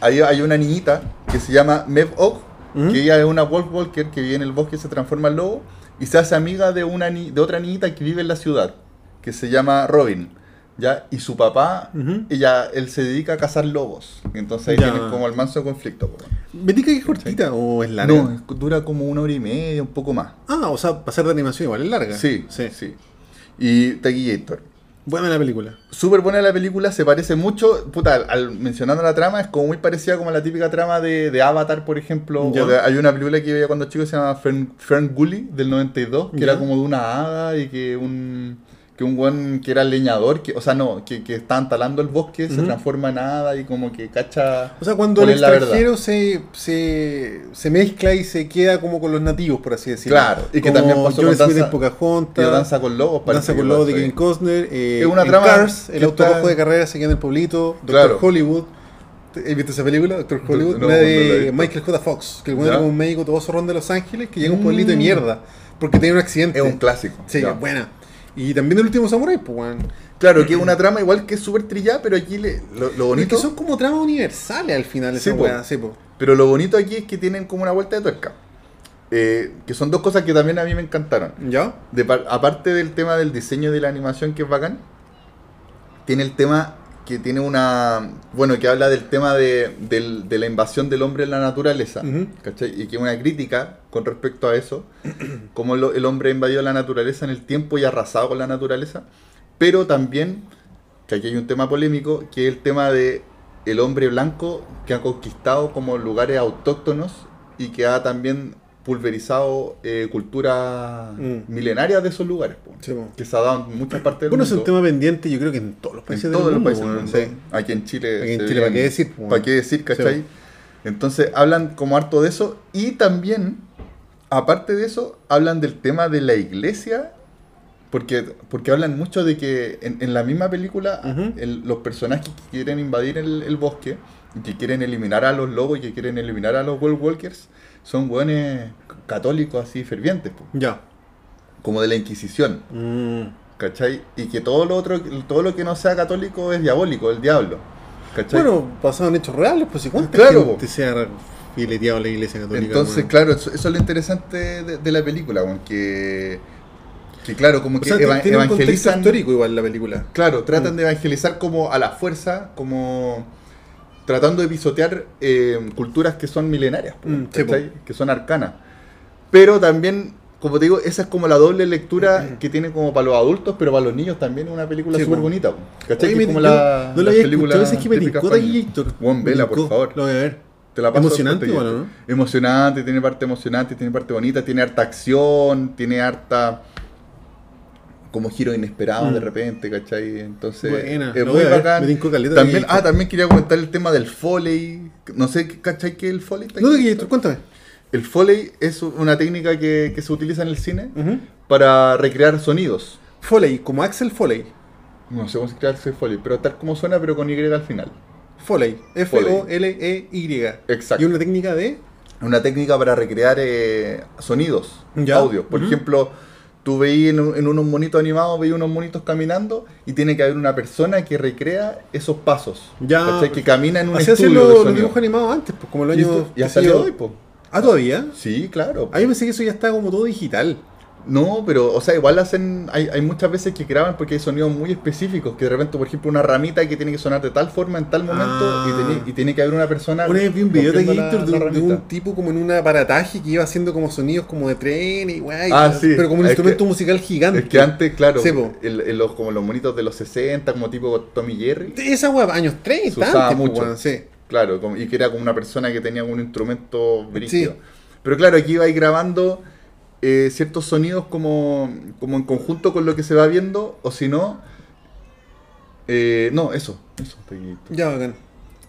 hay, hay una niñita que se llama Mev Oak,
Ujú.
que ella es una wolf walker que vive en el bosque, se transforma en lobo y se hace amiga de, una ni- de otra niñita que vive en la ciudad, que se llama Robin. ¿Ya? Y su papá,
Ujú.
ella, él se dedica a cazar lobos. Entonces ahí
¿Mm? Ya.
tienen como el manso conflicto. po.
¿Me diga que es cortita o es larga?
No, es- dura como una hora y media, un poco más.
Ah, o sea, pasar de animación igual es larga.
Sí, sí.
sí.
Y Taquillator.
Buena la película.
Súper buena la película, se parece mucho, puta, al, al- mencionando la trama, es como muy parecida como a la típica trama de, de Avatar, por ejemplo.
Ya.
o de- hay una película que yo veía cuando chico que se llama Ferngully, del 92, que era
Ya.
como de una hada y que un que un buen que era leñador, que, o sea, no, que, que estaban talando el bosque, se
Ujú.
transforma en hada y como que cacha...
O sea, cuando
cuál
el
es la verdad.
extranjero se, se, se mezcla y se queda como con los nativos, por así decirlo.
Claro, y que
Como
también pasó
John
con
Smith
Danza-
en Pocahontas,
que danza con lobos, parece
Danza
que
con Lobo de
pasó ahí.
Kevin Costner, eh,
Es una
en
trama
Cars,
que
el auto
está-
rojo de carreras se queda en el pueblito, Doctor
Claro.
Hollywood. ¿Has visto esa película? Doctor
No,
Hollywood, una
no, no la he
de
visto.
Michael J. Fox, que el güey
Ya.
era como un médico todo zorrón de Los Ángeles que llega a un pueblito de
Mm.
mierda porque tiene un accidente.
Es un clásico.
Sí,
ya.
buena. Y también el último samurai, pues, weón.
Claro, que es una trama igual que es súper trillada, pero aquí le- lo, lo
Es
bonito...
que son como tramas universales al final,
Sí,
esa
po.
weá, sí, po.
Pero lo bonito aquí es que tienen como una vuelta de tuerca. Eh, que son dos cosas que también a mí me encantaron.
¿Ya?
De par- aparte del tema del diseño de la animación que es bacán, tiene el tema que tiene una... Bueno, que habla del tema de, del- de la invasión del hombre en la naturaleza.
Ujú.
¿cachai? Y que una crítica con respecto a eso, como lo- el hombre invadió la naturaleza en el tiempo y arrasado con la naturaleza. Pero también, que aquí hay un tema polémico, que es el tema de el hombre blanco que ha conquistado como lugares autóctonos y que ha también pulverizado eh, culturas
Mm.
milenarias de esos lugares, po,
Sí, po.
que se ha dado en muchas partes del
Bueno, es
mundo.
un tema pendiente, yo creo que en todos los
En
países
todos
Pues del
los
mundo.
países del
weón,
mundo.
sí.
Aquí en Chile.
Aquí en
se
Chile, ¿para qué
ven-
decir, po?
¿Para qué decir, cachai?
Sí,
Entonces hablan como harto de eso y también aparte de eso, hablan del tema de la iglesia. Porque, porque hablan mucho de que en, en la misma película
Ujú.
el- los personajes que quieren invadir el, el bosque, y que quieren eliminar a los lobos y que quieren eliminar a los World Walkers, son buenos católicos así fervientes, po,
Ya.
como de la Inquisición.
Mm.
¿Cachai? Y que todo lo otro, todo lo que no sea católico es diabólico, el diablo. ¿Cachai?
Bueno, basado en hechos reales, pues si cuánta
Claro,
gente
po.
se ha fileteado la iglesia católica.
Entonces,
weón?
claro, eso, eso es lo interesante de, de la película, weón, que, que claro, como
O
que
sea,
eva-
tiene un contexto
evangelizan.
histórico igual la película.
Claro, tratan
Mm.
de evangelizar como a la fuerza, como tratando de pisotear eh, culturas que son milenarias, po,
Mm, sí, po.
¿cachai? que son arcanas. Pero también, como te digo, esa es como la doble lectura que tiene como para los adultos, pero para los niños también es una película
Mm. Sí, po.
súper bonita. po, ¿Cachai?
Oye,
Que
me-
es como
yo
la,
no la
las
había
películas
escuchado, es que me
típicas
tincó de aquí,
españolas.
Héctor.
Weón,
Me
vela, por
tincó.
favor.
Lo voy a ver.
Te la paso
Emocionante,
bastante
bueno,
bien.
¿no?
Emocionante, tiene parte emocionante, tiene parte bonita, tiene harta acción, tiene harta como giro inesperado
Mm.
de repente, ¿cachai? Entonces,
Buena,
es
lo
muy
voy a ver,
bacán.
me tincó caleta
también,
de-
ah, también quería comentar el tema del foley. No sé, ¿cachai qué es el foley?
No, no, Héctor, cuéntame.
El foley es una técnica que, que se utiliza en el cine
Ujú.
para recrear sonidos.
Foley, como Axel Foley.
No sé cómo se crea el foley, pero tal como suena, pero con Y al final.
Foley,
Foley.
F-O-L-E-Y. E
Exacto.
Y una técnica de.
una técnica para recrear eh, sonidos,
Ya.
audios. Por
Ujú.
ejemplo, tú veí en, un- en unos monitos animados, veí unos monitos caminando y tiene que haber una persona que recrea esos pasos.
Ya.
¿cachai? Que camina en un
Así hacían
estudio
los
de
los
sonido.
dibujos animados antes, pues como el
Y esto-
año.
y hasta
qué
el
sé yo.
día de hoy, po.
Ah, todavía.
Sí, claro. po.
A mí pensé que eso ya está como todo digital.
No, pero, o sea, igual hacen. Hay, hay muchas veces que graban porque hay sonidos muy específicos. Que de repente, por ejemplo, una ramita que tiene que sonar de tal forma en tal momento
Ah.
y, tiene, y tiene que haber una persona.
Una vez vi un video de
rompiendo la-
Gator de,
la
de
ramita.
un tipo como en un aparataje que iba haciendo como sonidos como de tren y guay.
Ah,
pero-
sí.
Pero como un
Es
instrumento
que-
musical gigante.
Es que antes, claro,
Sí, po.
el- el- los, como los monitos de los 60, como tipo Tommy Jerry.
Esa weá, años 30,
Se usaba
antes, pues,
mucho.
weón, sí.
Claro, como- y que era como una persona que tenía un instrumento brígido.
Sí.
Pero claro, aquí va a ir grabando eh, ciertos sonidos como, como en conjunto con lo que se va viendo, o si no. eh, no, eso, eso, Taquillito.
Ya, bacán.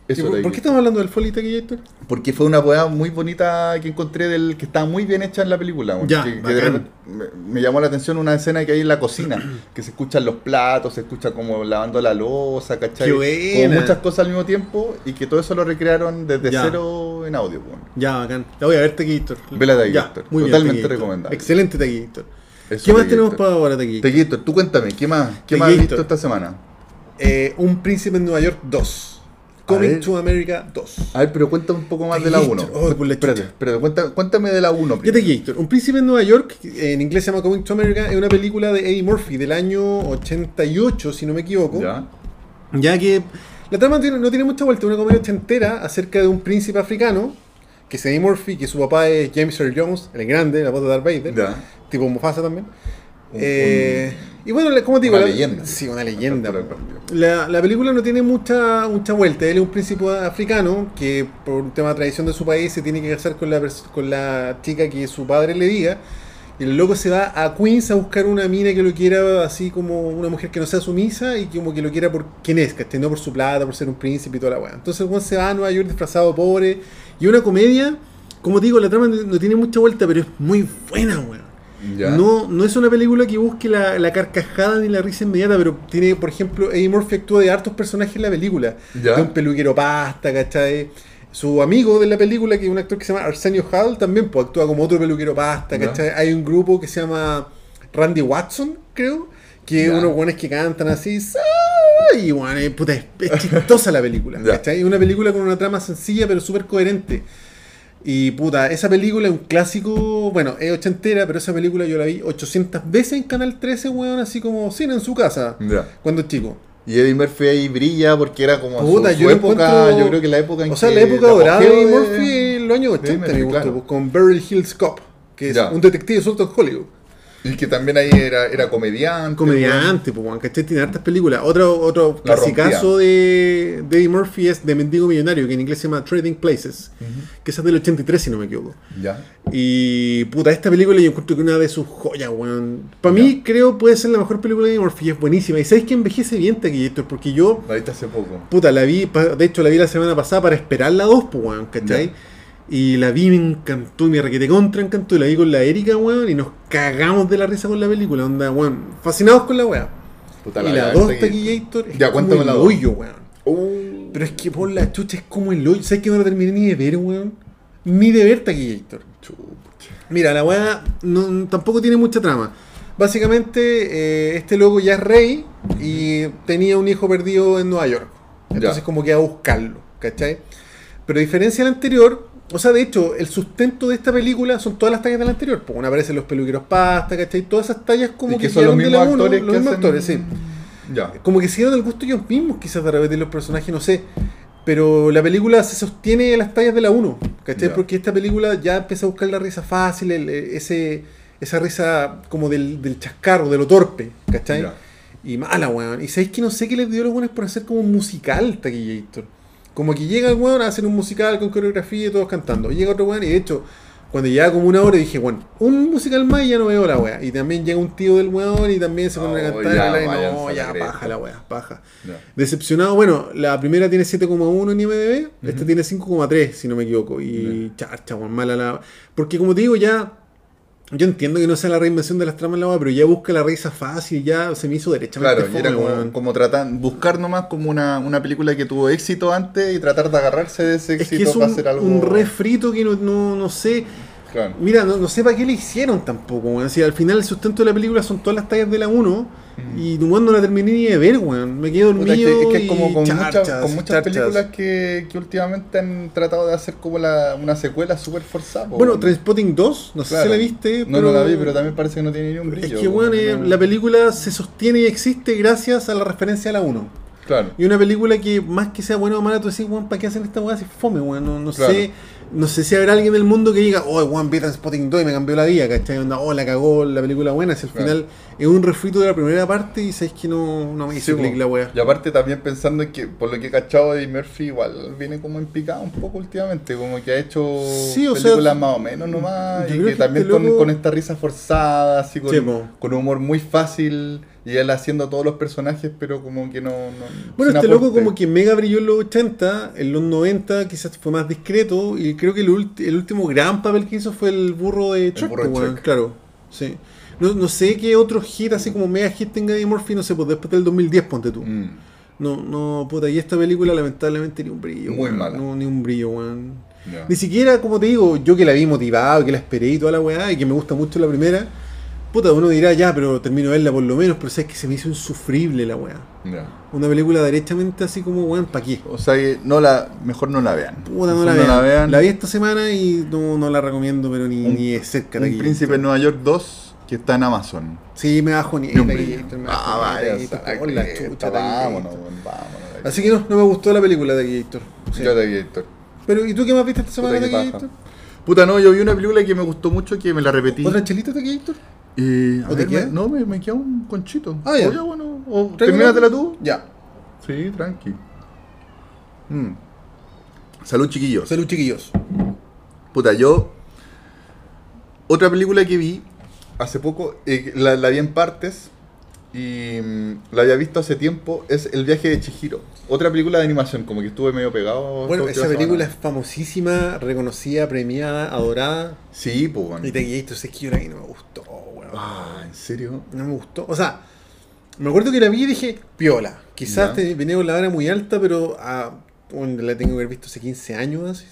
¿Y
Eso,
por, por
Taquillito.
qué estamos hablando del Foley Gator?
Porque fue una hueá muy bonita que encontré del que estaba muy bien hecha en la película. weón.
Ya,
Que- que
bacán.
de repente me, me llamó la atención una escena que hay en la cocina, que se escuchan los platos, se escucha como lavando la losa, ¿cachai?
Qué buena.
Como muchas cosas al mismo tiempo y que todo eso lo recrearon desde
Ya.
cero en audio. weón.
Ya, bacán. La voy a ver, Gator.
Vela, Taquito
Ya,
Gator.
muy bien,
Totalmente
Taquito.
recomendable.
Excelente Gator.
Eso,
¿Qué más
Taquito.
tenemos para ahora, Gator?
Taquito, tú cuéntame, ¿qué más, qué
Taquito.
más has visto esta semana?
Eh, un príncipe en Nueva York 2.
ver.
Coming to America 2.
A ver, pero cuéntame un poco más de la
Taquito.
1.
Oh, por la
espérate,
chucha.
espérate, cuenta- cuéntame de la 1
Fíjate que Héctor, Un príncipe en Nueva York, que en inglés se llama Coming to America, es una película de Eddie Murphy del año 88, si no me equivoco.
¿Ya?
Ya que la trama tiene- no tiene mucha vuelta, es una comedia ochentera acerca de un príncipe africano, que es Eddie Murphy, que su papá es James Earl Jones, el grande, la voz de Darth Vader,
Ya.
tipo Mufasa también.
Un-
Eh, y bueno, la- como te digo,
una
la-
leyenda.
Sí, una leyenda.
Hasta ahora el partido.
La, la película no tiene mucha mucha vuelta. Él es un príncipe africano que por un tema de tradición de su país se tiene que casar con la, pers- con la chica que su padre le diga. Y el loco se va a Queens a buscar una mina que lo quiera así como una mujer que no sea sumisa y que como que lo quiera por quien es, ¿cachai? No por su plata, por ser un príncipe y toda la weá. Entonces el weón se va a Nueva York disfrazado de pobre. Y una comedia, como te digo, la trama no no tiene mucha vuelta, pero es muy buena, weón.
Ya.
No, no es una película que busque la, la carcajada ni la risa inmediata, pero tiene, por ejemplo, Eddie Murphy actúa de hartos personajes en la película.
Ya.
De un peluquero pasta, ¿cachai? Su amigo de la película, que es un actor que se llama Arsenio Hall, también pues, actúa como otro peluquero pasta,
Ya.
¿cachai? Hay un grupo que se llama Randy Watson, creo, que
Ya.
unos buenos que cantan así, ¡sa! y bueno, eh, puta, es, es chistosa la película,
Ya.
¿cachai? Es una película con una trama sencilla pero súper coherente. Y puta, esa película es un clásico, bueno, es ochentera, pero esa película yo la vi 800 veces en Canal 13, weón, así como cine en su casa,
Ya.
cuando chico.
Y Eddie Murphy ahí brilla porque era como su-
Puta,
su,
yo lo
época,
encuentro-
yo creo que la eh, época en
O sea,
que
la época
el
dorada de
apogeo
Eddie Murphy es los años 80,
Murphy,
me gustó,
claro.
pues, con Beverly Hills Cop, que es
Ya.
un detective suelto en Hollywood.
Y que también ahí era, era comediante.
Comediante, pues, weón, ¿cachai? Tiene hartas películas. Otro, otro
La rompía.
clasicazo de, de Eddie Murphy es de Mendigo Millonario, que en inglés se llama Trading Places, que esa es del 83, si no me equivoco.
weón. Ya.
Y puta, esta película yo encuentro que es una de sus joyas, weón. Para mí creo puede ser la mejor película de Eddie Murphy, es buenísima. Y sabes que envejece bien Taquillito, porque yo,
La viste hace poco.
puta, la vi, pa- de hecho la vi la semana pasada para esperar la 2, pues, weón, ¿cachai? Y la vi, me encantó, me requete contra encantó. Y la vi con la Erika, weón, y nos cagamos de la risa con la película. Onda, weón, fascinados con la weá.
Puta,
Y
verdad
la
es
2
que-
Taquillator es
Ya,
como
cuéntame
el
la dos.
hoyo, weón.
Uh,
Pero es que por la chucha es como el hoyo. ¿Sabes que no la terminé ni de ver, weón? Ni de ver Taquillator.
chucha.
Mira, la weá no- tampoco tiene mucha trama. Básicamente, eh, este loco ya es rey y tenía un hijo perdido en Nueva York. Entonces,
Ya.
como que va a buscarlo, ¿cachai? Pero a diferencia del anterior, o sea, de hecho, el sustento de esta película son todas las tallas del anterior. Pues, bueno, aparecen los peluqueros pasta, ¿cachai? Todas esas tallas como
Y
que,
que son los
quedaron de
mismos
la uno,
actores
los
que
mismos
hacen-
actores, sí
Ya.
como que se dieron el gusto ellos mismos, quizás a través de los personajes, no sé. Pero la película se sostiene de las tallas de la 1, ¿cachai?
Ya.
Porque esta película ya empieza a buscar la risa fácil, el- eh, ese, esa risa como del, del chascarro, de lo torpe, ¿cachai?
Ya.
Y mala, weón. Y sabéis que no sé qué les dio a los weones por hacer como un musical, Taquillator. Como que llega el weón a hacer un musical con coreografía y todos cantando. Y llega otro weón y de hecho, cuando llegaba como una hora dije, bueno, un musical más y ya no veo la wea. Y también llega un tío del weón y también se ponen a
Oh,
cantar.
ya,
y hablar y
váyanse
no,
a la
ya,
cresta.
paja la wea, paja.
Ya.
Decepcionado, bueno, la primera tiene 7,1 en IMDb, esta tiene 5,3 si no me equivoco. Y charcha, weón, mala la... Porque como te digo, ya... Yo entiendo que no sea la reinvención de las tramas la wea, pero ya busca la risa fácil, ya se me hizo derechamente
Claro, y era
fome,
como,
weón.
como tratar, buscar nomás como una, una película que tuvo éxito antes y tratar de agarrarse de ese
Es que
éxito
es
para
un,
hacer algo.
un refrito que no, no, no sé.
Claro.
Mira, no, no sé para qué le hicieron tampoco, weón. Si al final el sustento de la película son todas las tallas de la 1 y weón, no la terminé ni de ver, weón. Me quedé dormido.
Puta, es que, es que es
y
como con, muchas-
charchas,
con muchas
charchas.
películas que, que últimamente han tratado de hacer como la, una secuela súper forzada. po,
Bueno,
weón.
Transpotting 2, no sé
Claro.
si la viste.
No, no la vi, pero también parece que no tiene ni un
Es
brillo.
que,
po,
weón, eh,
no-
la película se sostiene y existe gracias a la referencia a la 1.
Claro.
Y una película que más que sea buena o mala, tú decís, weón, ¿para qué hacen esta weá? Si es fome, weón. No, no
Claro.
sé. No sé si habrá alguien del mundo que diga, oh, weón, vi Transpotting 2 y me cambió la vida, ¿cachai? Onda, oh, la cagó la película buena. Si al
Claro.
final es un refrito de la primera parte y sabes que no, no me
Sí,
hizo
po.
clic la weá.
Y aparte también pensando en que por lo que he cachado de Murphy igual viene como en picada un poco últimamente, como que ha hecho
Sí, o sea,
películas más o menos nomás,
yo
y
creo
que,
que
también
este
con,
loco-
con esta risa forzada, así con,
Sí, po.
con humor muy fácil, y él haciendo a todos los personajes, pero como que no... no-
Bueno,
sin
este loco
aporte.
como que mega brilló en los 80, en los 90 quizás fue más discreto y creo que el, ulti- el último gran papel que hizo fue el burro de Chuck,
burro de
pues, weón,
Shrek.
claro. Sí. No, no sé qué otro hit así como mega hit tenga Eddie Murphy, no sé, pues después del 2010 ponte tú.
Mm.
No, no, puta, y esta película lamentablemente ni un brillo.
Muy
weón.
mala. Ah.
No, ni un brillo, weón.
Ya.
Ni siquiera, como te digo, yo que la vi motivado, que la esperé y toda la weá, y que me gusta mucho la primera, puta, uno dirá ya, pero termino de verla por lo menos, pero sabes que se me hizo insufrible la weá.
Ya.
Una película derechamente así como, weón, ¿pa' qué?
O sea que no la, mejor no la vean.
Puta, no
Mejor
la vean. la, vi esta semana y no, no la recomiendo, pero ni,
Un-
ni de cerca.
Un
Taquillator.
Príncipe de Nueva York 2 que está en Amazon.
Sí, me bajo ni
Y un
Taquillator, me
Ah,
bajo ni
vaya,
Taquillator,
a la
por la
cresta,
chucha,
vámonos,
Taquillator.
weón, vámonos.
Así que no, no me gustó la película de Gator.
Yo de Gator.
Pero, ¿y tú qué más viste esta semana
Puta,
de
qué paja.
Gator?
Puta, no, yo vi una película que me gustó mucho que me la repetí.
¿Otra chelita de Gator?
Eh, a
¿O te
ver,
queda?
me- no, me, me queda un conchito.
Ah, ya.
O bueno, o
Tráigala.
termínatela tú.
Ya.
Sí, tranqui. Mm. Salud, chiquillos.
Salud, chiquillos.
Puta, yo. Otra película que vi hace poco, eh, la, la vi en partes y mm, la había visto hace tiempo, es El viaje de Chihiro. Otra película de animación, como que estuve medio pegado.
Bueno, esa
esta última
película es
semana.
famosísima, reconocida, premiada, adorada.
Sí, pues, bueno.
Y Taquillator, es que yo la vi no me gustó, weón.
Ah, ¿en serio?
No me gustó. O sea, me acuerdo que la vi y dije, piola. Quizás
Ya.
te venía con la vara muy alta, pero ah, bueno, la tengo que haber visto hace 15 años, hace,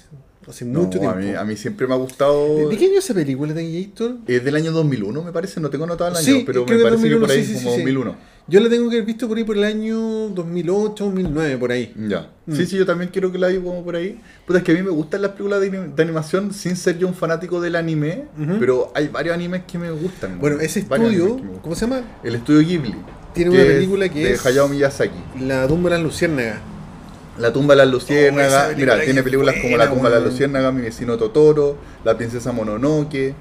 hace
No,
mucho
A, mí,
tiempo.
a mí siempre me ha gustado.
¿De- ¿De qué año es esa película, Taquillator?
Es del año 2001, me parece. No tengo anotado el año,
Sí,
pero
creo
me
que
parece que por
2001,
ahí
sí, sí,
como
sí, sí.
2001.
Yo la tengo que haber visto por ahí por el año 2008, 2009, por ahí.
Ya.
Mm.
Sí, sí, yo también quiero que la vi como por ahí. Puta, es que a mí me gustan las películas de, anim- de animación sin ser yo un fanático del anime,
Ujú.
pero hay varios animes que me gustan.
Bueno,
man.
ese
Varios animes
estudio,
que me gustan.
¿cómo se llama?
El estudio Ghibli.
Tiene una película que
de
es-
De Hayao Miyazaki.
La tumba de las luciérnagas.
La tumba de las
Oh, esa
luciérnagas.
película
Mira,
que
tiene
es
películas como
buena,
La tumba de las
weón.
luciérnagas, Mi vecino Totoro, La princesa Mononoke.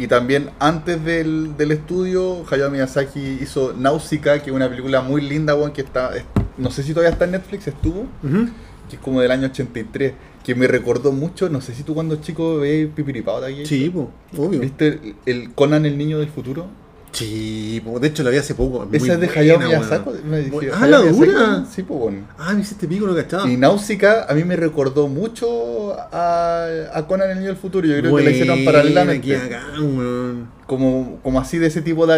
Y también antes del, del estudio, Hayao Miyazaki hizo Náusica, que es una película muy linda, weón, que está... es- no sé si todavía está en Netflix, estuvo que es como del año 83, que me recordó mucho, no sé si tú cuando chico veías Pipiripao de aquí.
Sí, po, obvio.
¿Viste el, el Conan el niño del futuro?
Sí, po, de hecho la vi hace poco. muy
Esa es de
buena,
Hayao
weón.
Miyazaki. me
Bu-
dije,
ah,
Hayao
la
Miyazaki,
dura.
Sí, pues bueno.
Ah, me hiciste pico, no cachaba.
Y Náusica a mí me recordó mucho a, a Conan el Niño del Futuro. Yo creo que la hicieron
Buena,
paralelamente.
qué bacán, weón.
como, como así de ese tipo de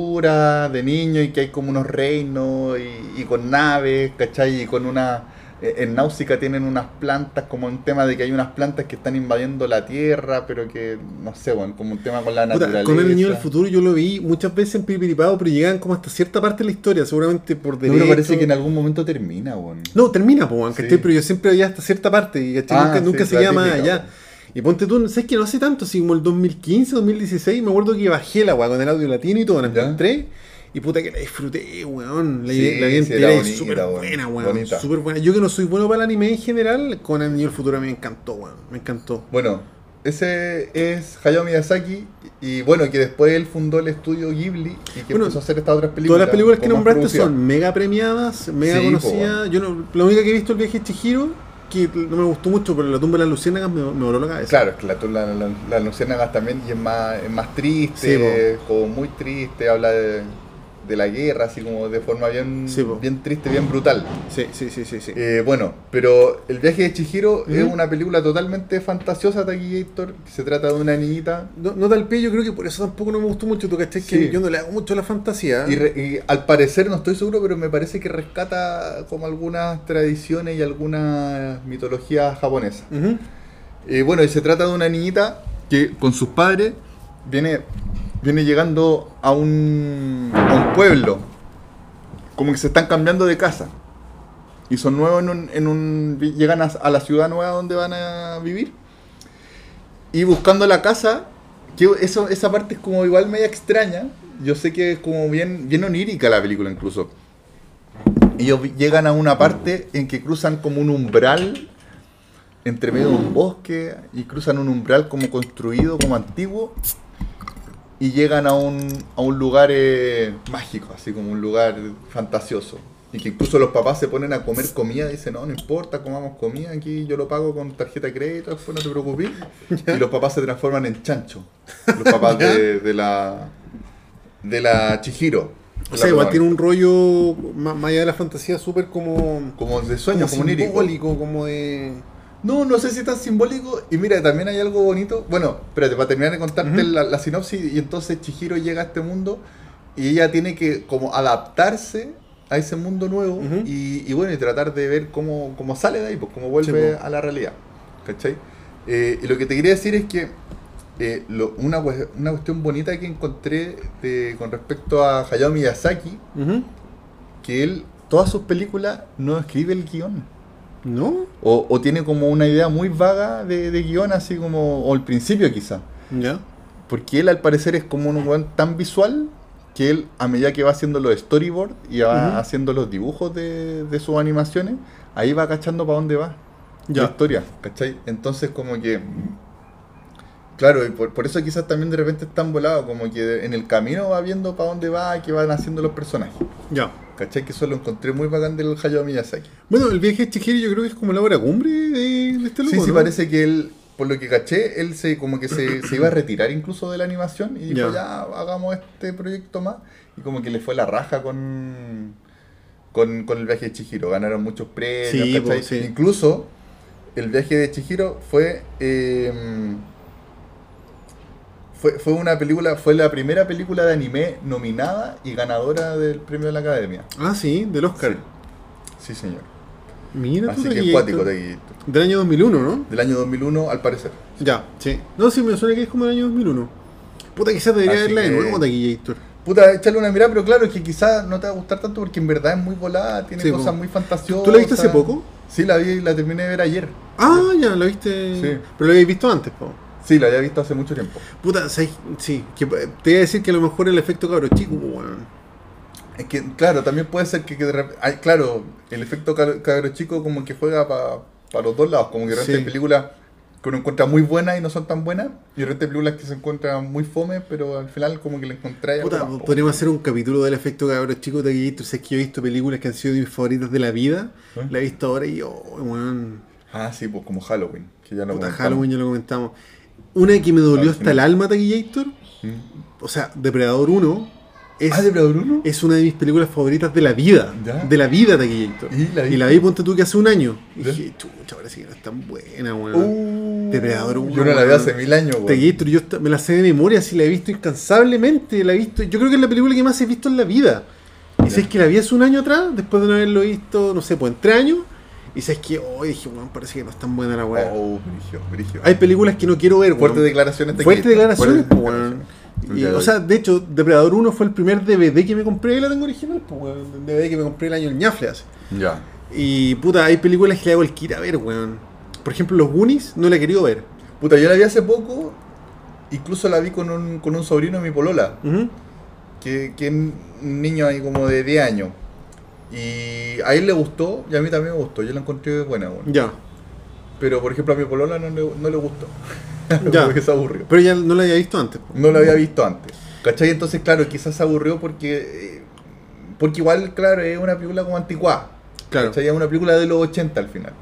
aventura de niño y que hay como unos reinos y, y con naves, ¿cachai? Y con una... e- En Náusica tienen unas plantas, como un tema de que hay unas plantas que están invadiendo la tierra, pero que, no sé, bueno, como un tema con la
Puta,
naturaleza.
con el niño del futuro yo lo vi muchas veces en Piripiripao, pero llegaban como hasta cierta parte de la historia, seguramente por
No,
derecho.
pero parece que en algún momento termina, weón.
No, termina, po, weón, ¿cachai?
Sí.
Pero yo siempre veía hasta cierta parte y ¿cachai?
Ah,
nunca,
sí,
nunca
la
seguía más
típica,
allá.
po.
Y ponte tú, ¿sabes que no hace tanto? Así como el 2015, 2016, me acuerdo que bajé la weá con el audio latino y todo, la
Ya.
encontré. Y puta que la disfruté, weón. La,
Sí,
la vi
sí,
entera
era
y
bonita,
súper
weón.
buena, weón.
Bonita.
Súper buena. Yo que no soy bueno para el anime en general, con el niño del futuro me encantó, weón. Me encantó.
Bueno, ese es Hayao Miyazaki y bueno, que después él fundó el estudio Ghibli y que
Bueno,
empezó a hacer estas otras películas.
Todas las películas que
como más
nombraste
producidas.
son mega premiadas, mega
Sí, po,
conocidas. Yo no, la única que he visto es el viaje de Chihiro, que no me gustó mucho, pero la tumba de las luciérnagas me, me voló la cabeza.
Claro, es que la, la, la, la luciérnagas también y es más, es más
Sí,
triste, como muy triste, habla de, de la guerra, así como de forma bien,
Sí, po.
bien triste, bien brutal.
Sí, sí, sí, sí, sí.
Eh, bueno, pero El viaje de Chihiro es
Ujú.
una película totalmente fantasiosa, Taquillator, que se trata de una niñita
No, no tal pie, yo creo que por eso tampoco no me gustó mucho. Tú cachai que
Sí.
yo no le hago mucho a la fantasía.
Y, re- y al parecer, no estoy seguro, pero me parece que rescata como algunas tradiciones y algunas mitologías japonesas.
Ujú.
Eh, bueno, y se trata de una niñita que con sus padres viene, viene llegando a un, a un pueblo. Como que se están cambiando de casa. Y son nuevos en un... en un- vi- llegan a, a la ciudad nueva donde van a vivir. Y buscando la casa, que eso, esa parte es como igual media extraña. Yo sé que es como bien, bien onírica la película incluso. Ellos vi- llegan a una parte en que cruzan como un umbral entre medio de un bosque y cruzan un umbral como construido, como antiguo, y llegan a un, a un lugar eh, mágico, así como un lugar fantasioso. Y que incluso los papás se ponen a comer comida y dicen, no, no importa, comamos comida, aquí yo lo pago con tarjeta de crédito, después no te preocupes. Y los papás se transforman en chancho. Los papás de, de la de la Chihiro.
O sea, igual tiene un rollo ma- más allá de la fantasía súper como,
Como de sueños,
como
como, onírico.
simbólico, como de.
No, no sé si es tan simbólico. Y mira, también hay algo bonito. Bueno, espérate, para terminar de contarte
Ujú.
la, la sinopsis, y entonces Chihiro llega a este mundo y ella tiene que como adaptarse a ese mundo nuevo
Ujú.
y, y bueno, y tratar de ver cómo, cómo sale de ahí, pues cómo vuelve
Sí, pues.
a la realidad. ¿Cachai? Eh, y lo que te quería decir es que eh, lo- una, cue- una cuestión bonita que encontré de- con respecto a Hayao Miyazaki,
Ujú.
que él, todas sus películas, no escribe el guión.
¿No?
O, o tiene como una idea muy vaga de, de guión, así como, o el principio quizá.
Ya.
Porque él al parecer es como un weón tan visual que él, a medida que va haciendo los storyboards y va
Ujú.
haciendo los dibujos de, de sus animaciones, ahí va cachando para dónde va la
Ya.
historia, ¿cachai? Entonces como que... Claro, y por, por eso quizás también de repente están volados, como que en el camino va viendo para dónde va y que van haciendo los personajes.
Ya.
¿Cachai? Que eso lo encontré muy bacán del Hayao Miyazaki.
Bueno, el viaje de Chihiro yo creo que es como la obra cumbre de, de este
Sí,
loco,
sí,
¿no?
parece que él, por lo que caché, él se como que se, se iba a retirar incluso de la animación y dijo,
Ya.
ya, hagamos este proyecto más. Y como que le fue la raja con, con, con el viaje de Chihiro. Ganaron muchos premios,
Sí,
¿cachai?
po, sí.
Incluso el viaje de Chihiro fue, eh, fue, fue una película, fue la primera película de anime nominada y ganadora del premio de la academia.
Ah, sí, del Oscar.
Sí, señor.
Mira tú
Así que
Taquillator.
cuático de ahí,
Del año 2001, ¿no?
Del año 2001, al parecer.
Ya, sí. No, sí, me suena que es como el año 2001. Puta, quizás debería
Así
verla de
que-
nuevo, Taquillator.
Puta, échale una mirada, pero claro, es que quizás no te va a gustar tanto porque en verdad es muy volada, tiene
Sí,
cosas
po.
muy fantasiosas.
¿Tú la viste hace poco?
Sí, la vi, la terminé de ver ayer.
Ah, ya, la viste.
Sí.
Pero la habéis visto antes, po.
Sí, la había visto hace mucho tiempo.
Puta, sí, sí. Que, eh, te iba a decir que a lo mejor el efecto cabro chico, weón.
Es que, claro, también puede ser que, que de rep- ay, claro, el efecto ca- cabro chico como que juega para los dos lados, como que de repente
Sí.
hay películas que uno encuentra muy buenas y no son tan buenas, y de repente hay películas que se encuentran muy fome, pero al final como que le encontráis algo
Puta,
más, po.
podríamos hacer un capítulo del efecto cabro chico, Taquillator. Si es que yo he visto películas que han sido de mis favoritas de la vida.
¿Eh?
La he visto ahora y yo, weón.
Ah, sí, pues como Halloween, que ya lo
Puta,
comentamos.
Halloween ya lo comentamos. Una que me dolió
Al
hasta el
final.
alma, Taquillator.
Mm.
O sea, Depredador 1. Es,
Ah, de Bruno.
es una de mis películas favoritas de la vida.
Ya.
De la vida, Taquillator.
¿Y la
Y la vi, ponte tú, que hace un año. Y
Ya.
dije, chucha, parece que no es tan buena, weón.
Uh,
Depredador uno,
Yo no la
weón.
veo hace mil años, weón.
Taquillator, yo esta- me la sé de memoria, sí, la he visto incansablemente. La he visto, yo creo que es la película que más he visto en la vida. Y
Ya.
si es que la vi hace un año atrás, después de no haberlo visto, no sé, pues en tres años. Y si es que, hoy dije, weón, parece que no es tan buena la weá.
Oh, brigio, brigio.
Hay películas que no quiero ver,
Fuertes
weón.
declaraciones.
Fuertes declaraciones,
Fuertes
pues, weón.
declaraciones.
Y,
Ya,
o
doy.
sea, de hecho, Depredador 1 fue el primer DVD que me compré y la tengo original, pues, weón. El DVD que me compré el año el ñafle hace.
Ya.
Y puta, hay películas que le hago el kit a ver, weón. Por ejemplo, los Goonies no la he querido ver.
Puta, yo la vi hace poco. Incluso la vi con un, con un sobrino de mi polola.
Ujú.
que, que es un niño ahí como de 10 años. Y a él le gustó y a mí también me gustó. Yo la encontré buena, bueno.
Ya.
Pero por ejemplo a mi polola no le, no le gustó.
Ya.
porque se aburrió.
Pero ya no la había visto antes. po.
No lo había visto antes. ¿Cachai? Entonces, claro, quizás se aburrió porque. eh, Porque igual, claro, es una película como anticuada.
Claro.
¿Cachai? Es una película de los 80 al final.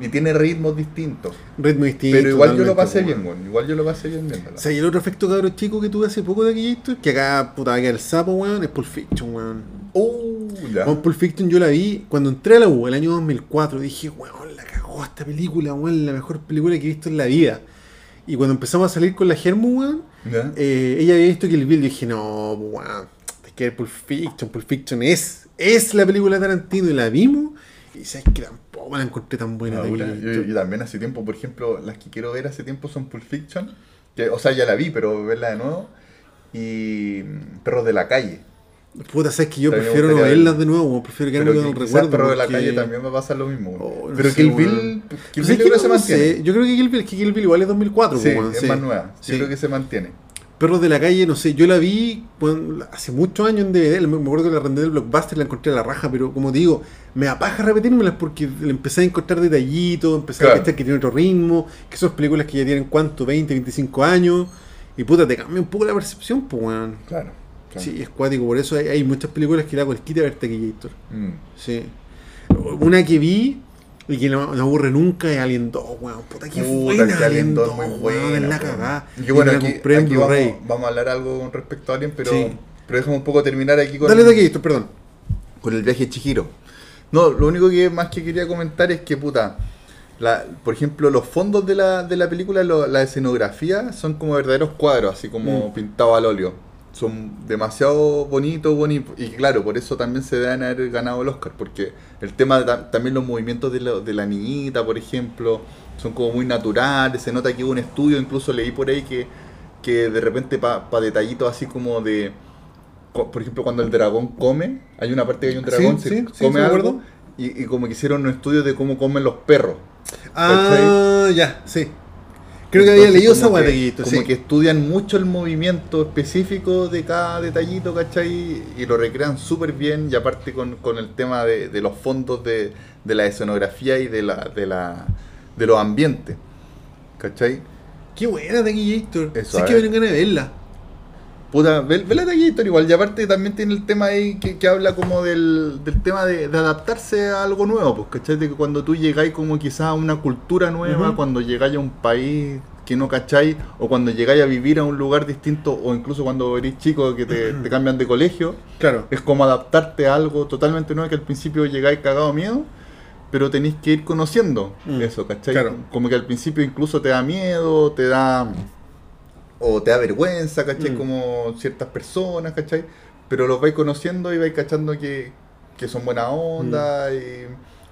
Y tiene ritmos distintos.
Ritmo distinto.
pero igual yo lo
totalmente,
pasé
weón.
bien, bueno. Igual yo lo pasé bien viéndola.
O sea, y el otro efecto cabro chico que tuve hace poco de aquellito, que acá puta va a quedar el sapo, weón, es Pulp Fiction, weón.
Uh, ya.
Juan Pulp Fiction yo la vi cuando entré a la U el año 2004. Dije, weón, la cagó esta película, weón, la mejor película que he visto en la vida. Y cuando empezamos a salir con la Germu, weón,
Ya.
eh, ella había visto que el Bill. Yo dije, no, weón, es que Pulp Fiction, Pulp Fiction es, es la película de Tarantino. Y la vimos. Y sabes que tampoco la encontré tan buena.
Ah,
Taquilla
puta,
Victor.
yo, yo también hace tiempo, por ejemplo, las que quiero ver hace tiempo son Pulp Fiction, que, o sea, ya la vi, pero verla de nuevo, y mm, Perros de la Calle.
Puta, sabes que yo
También me
prefiero no
gustaría
verlas
verla.
de nuevo, weón, prefiero
Pero
quedarme
que,
con el
quizás
recuerdo.
Perros de la
porque-
Calle también me pasa lo mismo.
Oh, no
pero
sé,
que el
weón.
Bill, Kill
Pues
Bill
es
yo
que
creo
no
que se
sé,
mantiene.
yo creo que Kill Bill, que Kill Bill igual es 2004,
Sí,
weón,
es
sí.
más nueva.
Sí.
Yo creo que se mantiene.
Perros de la calle, no sé, yo la vi bueno, hace muchos años en DVD, me me acuerdo que la rendí del blockbuster, la encontré a la raja, pero como te digo, me apaja repetírmelas porque le empecé a encontrar detallitos, empecé a
Claro.
cachar que tiene otro ritmo, que esas películas que ya tienen cuánto, 20, 25 años, y puta, te cambia un poco la percepción, pues weón.
Claro. claro.
Sí, es cuático, por eso hay, hay muchas películas que la cualquiera verte aquí, Héctor.
Mm.
Sí. Una que vi y que no no aburre nunca es Alien 2, weón. Puta, qué
Puta,
buena
que Alien 2
muy
muy
buena,
buena,
la
po.
cagada.
Y que bueno,
me la
aquí,
compré en
aquí vamos,
Blu-ray.
vamos a hablar algo con respecto a Alien, pero,
Sí.
pero déjame un poco terminar aquí con,
Dale de aquí, Héctor, perdón.
con el viaje de Chihiro. No, lo único que más que quería comentar es que, puta, la- por ejemplo, los fondos de la, de la película, lo- la escenografía, son como verdaderos cuadros, así como
Mm.
pintado al óleo. Son demasiado bonitos, bonitos. Y claro, por eso también se deben haber ganado el Oscar, porque el tema de ta- también los movimientos de, la- de la niñita, por ejemplo, son como muy naturales. Se nota que hubo un estudio, incluso leí por ahí que, que de repente para detallitos así como de. co- Por ejemplo, cuando el dragón come, hay una parte que hay un
Sí,
dragón, se
sí, sí,
come
me acuerdo.
algo, y, y como que hicieron un estudio de cómo comen los perros.
Ah, ya, sí. Creo que había
Entonces,
leído
como
esa weá
que-
de Guillito,
Como
sí.
que estudian mucho el movimiento específico de cada detallito, ¿cachai? Y lo recrean súper bien. Y aparte con, con el tema de, de los fondos de, de la escenografía y de, la, de, la, de los ambientes. ¿Cachai?
Qué buena de Guillito.
Eso,
Sí
a
que me
ver.
dieron ganas de verla.
Puta, ve, ve la detallito igual. Y aparte también tiene el tema ahí que, que habla como del, del tema de, de adaptarse a algo nuevo, pues, ¿cachai? De que cuando tú llegáis como quizás a una cultura nueva,
Ujú.
cuando llegáis a un país que no cacháis, o cuando llegáis a vivir a un lugar distinto, o incluso cuando eres chico que te, te cambian de colegio,
Claro.
es como adaptarte a algo totalmente nuevo que al principio llegáis cagado miedo, pero tenéis que ir conociendo
Mm,
eso, ¿cachai?
claro.
Como que al principio incluso te da miedo, te da. o te da vergüenza, ¿cachai?
Mm.
Como ciertas personas, ¿cachai? Pero los vais conociendo y vais cachando que, que son buena onda y,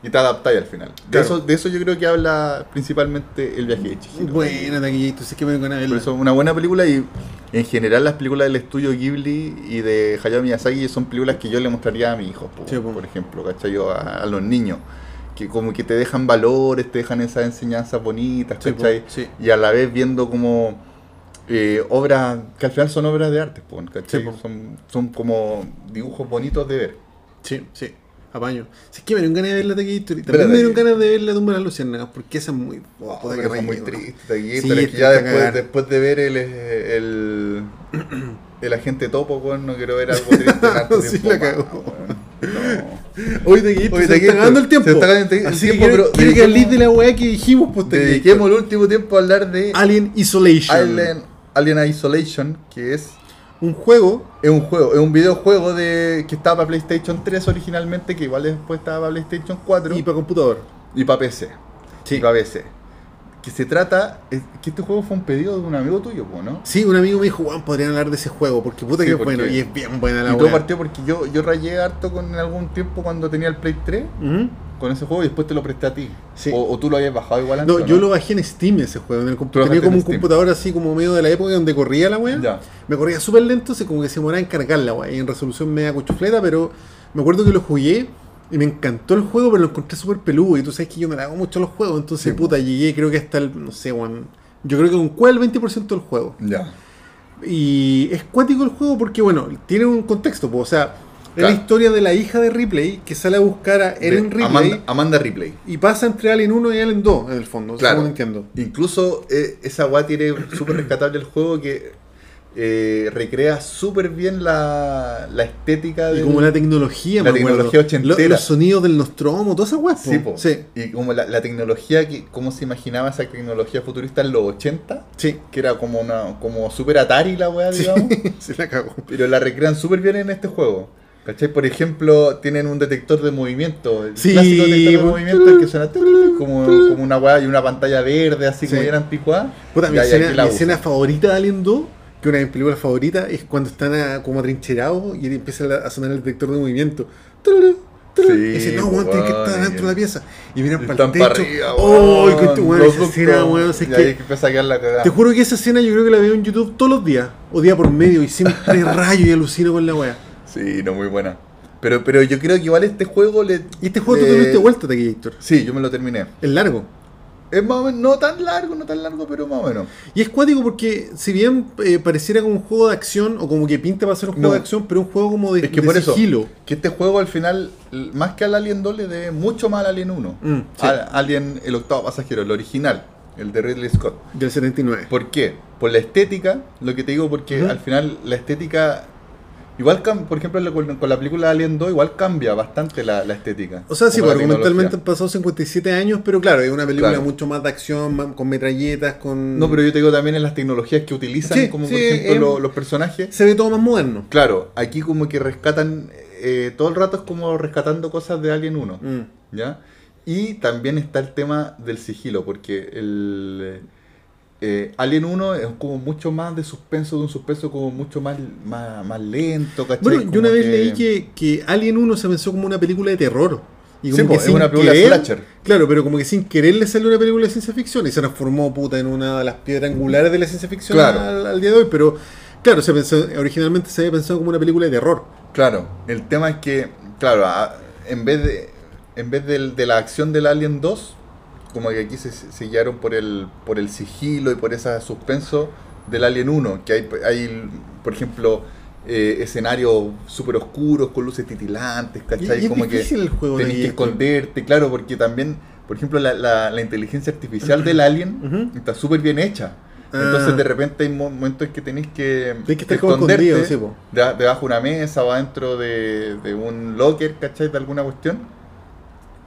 y te adaptáis al final. De,
Mm. Claro.
eso, de eso yo creo que habla principalmente el viaje de Chihiro.
Buena de Guillito, sí que me dieron ganas de
Por
verla.
eso, una buena película y en general las películas del estudio Ghibli y de Hayao Miyazaki son películas que yo le mostraría a mis hijos, po,
Sí, po.
por ejemplo, ¿cachai? O a, a los niños, que como que te dejan valores, te dejan esas enseñanzas bonitas,
Sí, po,
¿cachai?
sí.
Y a la vez viendo como eh, obras, que al final son obras de arte, po, ¿cachai?
Sí, po.
son, son como dibujos bonitos de ver.
Sí, sí, apaño. Sí, que me dieron ganas de verla de Guillito. Y
Vela,
También me dieron
Taquillito.
ganas de verla de un las luciérnagas, porque esa es muy.
Oh,
puta,
pero
que
son muy
relleno.
triste aquí,
Sí,
pero es
es
que ya
triste cagar.
después, después de ver el, el, el agente topo, weón, no quiero ver algo triste tanto
Sí,
tiempo
la
más,
cagó.
weón.
Oye, Taquillito,
Oye,
se
Taquillito,
está acabando el
se
tiempo.
está acabando el
Así
tiempo,
que quiero,
pero
quiero que
dediquemos-
hables de la weá que dijimos, pues,
No.
Taquillito.
Dediquemos el último tiempo a hablar de
Alien Isolation.
Alien, Alien Isolation, que es
un juego.
Es un juego, es un videojuego de que estaba para PlayStation 3 originalmente, que igual después estaba para PlayStation 4
Y para computador.
y para PC.
Sí.
Y para PC. Que se trata, es- que este juego fue un pedido de un amigo tuyo, po, ¿no?
Sí, un amigo me dijo, Juan, podrían hablar de ese juego, porque puta
Sí,
que es
porque-
bueno, y es bien buena la
y todo
wea.
partió porque yo, yo rayé harto con en algún tiempo cuando tenía el Play 3
Ujú.
con ese juego y después te lo presté a ti.
Sí.
O, o tú lo habías bajado igual antes.
No, yo lo bajé en Steam ese juego, en el
Tú lo
computador.
bajaste
Tenía como
en
un
Steam.
computador así como medio de la época donde corría la wea.
Ya.
Me corría súper lento, se como que se demoraba en cargar la wea, y en resolución media cuchufleta, pero me acuerdo que lo jugué y me encantó el juego, pero lo encontré súper peludo. Y tú sabes que yo me la hago mucho a los juegos, entonces
Sí,
puta, llegué creo que hasta el, no sé, weón. Yo creo que un el 20% del juego.
Ya.
Y es cuático el juego porque, bueno, tiene un contexto, po, o sea, es
Claro.
la historia de la hija de Ripley que sale a buscar a
De
Eren Ripley
Amanda, Amanda Ripley.
y pasa entre Alien 1 y Alien 2, en el fondo,
Claro.
según entiendo.
Incluso eh, esa weá tiene súper rescatable el juego que eh, recrea súper bien la, la estética
Y
de
como la tecnología,
La
me acuerdo.
tecnología ochentera.
Lo- Los sonidos del Nostromo, todas esas weas, po.
Sí, po.
sí,
Y como la, la tecnología, que, cómo se imaginaba esa tecnología futurista en los 80,
sí,
que era como una como super Atari la weá,
sí,
digamos.
se la cagó.
Pero la recrean súper bien en este juego. ¿Cachai? Por ejemplo, tienen un detector de movimiento. El
Sí,
clásico detector de
bueno.
movimiento el que suena como, como una weá y una pantalla verde, así como
Sí.
bien anticuada.
Puta, mi
Ya, ya,
escena,
aquí la
mi
usan.
escena favorita de Alien 2, que una de mis películas favoritas, es cuando están a- como atrincherados y empieza la- a sonar el detector de movimiento. Tururú, tururú.
Sí,
y dicen, no, weón,
pues,
tienen que
weón,
estar dentro de la pieza. Y miran para el
Están para
techo.
arriba,
¡Oh,
weón,
qué- weón,
los
esa escena,
ductos.
weón! o sea, es
Y
que-
ahí empieza a quedar la cagada.
te juro que esa escena yo creo que la veo en YouTube todos los días, o día por medio, y siempre rayo y alucino con la wea.
Sí, no, muy buena. Pero, pero yo creo que igual este juego le.
Y este juego tú
le-
te lo diste vuelta, Taquillator.
Sí, yo me lo terminé.
Es largo.
Es más o menos, no tan largo, no tan largo, pero más o menos.
Y es cuático porque, si bien eh, pareciera como un juego de acción, o como que pinta para ser un juego
No.
de acción, pero un juego como de,
Es que
de
por eso,
sigilo.
que este juego al final, l- más que al Alien 2, le debe mucho más al Alien 1.
Mm, sí.
Al Alien, el octavo pasajero, el original, el de Ridley Scott.
Del 79.
¿Por qué? Por la estética, lo que te digo, porque
Ujú.
al final la estética. Igual, cam- por ejemplo, lo- con, con la película Alien 2, igual cambia bastante la, la estética.
O sea, sí,
Como
pues,
la
argumentalmente han
tecnología.
pasado 57 años, pero claro, es una película
Claro.
mucho más de acción, más- con metralletas, con...
No, pero yo te digo también en las tecnologías que utilizan,
Sí,
como
sí,
por ejemplo
em-
lo- los personajes.
Se ve todo más moderno.
Claro, aquí como que rescatan, eh, todo el rato es como rescatando cosas de Alien 1,
Mm.
¿ya? Y también está el tema del sigilo, porque el eh, Alien 1 es como mucho más de suspenso, de un suspenso como mucho más, más, más lento, ¿cachai?
Bueno,
Como
yo una vez leí que, que Alien 1 se pensó como una película de terror. Y
Sí,
como
po,
que
es
sin
una película
querer-
slasher.
Claro, pero como que sin querer le salió una película de ciencia ficción y se transformó puta en una de las piedras angulares de la ciencia ficción
Claro.
al, al día de hoy. Pero claro, se pensó, originalmente se había pensado como una película de terror.
Claro, el tema es que, claro, a- en vez de en vez del- de, la acción del Alien 2, como que aquí se, se guiaron por el, por el sigilo y por ese suspenso del Alien 1, que hay, hay por ejemplo, eh, escenarios súper oscuros con luces titilantes,
Y,
¿cachai?
y es
como
difícil pues.
que
el juego.
tenés
¿no?
que esconderte, claro, porque también, por ejemplo, la, la- la inteligencia artificial del Alien
Ujú.
está súper bien hecha.
Ah.
Entonces de repente hay mo- momentos en que tenés que,
Tenés que estar como escondido, sí, po.
deba- debajo de una mesa o adentro de, de un locker, ¿cachai? De alguna cuestión.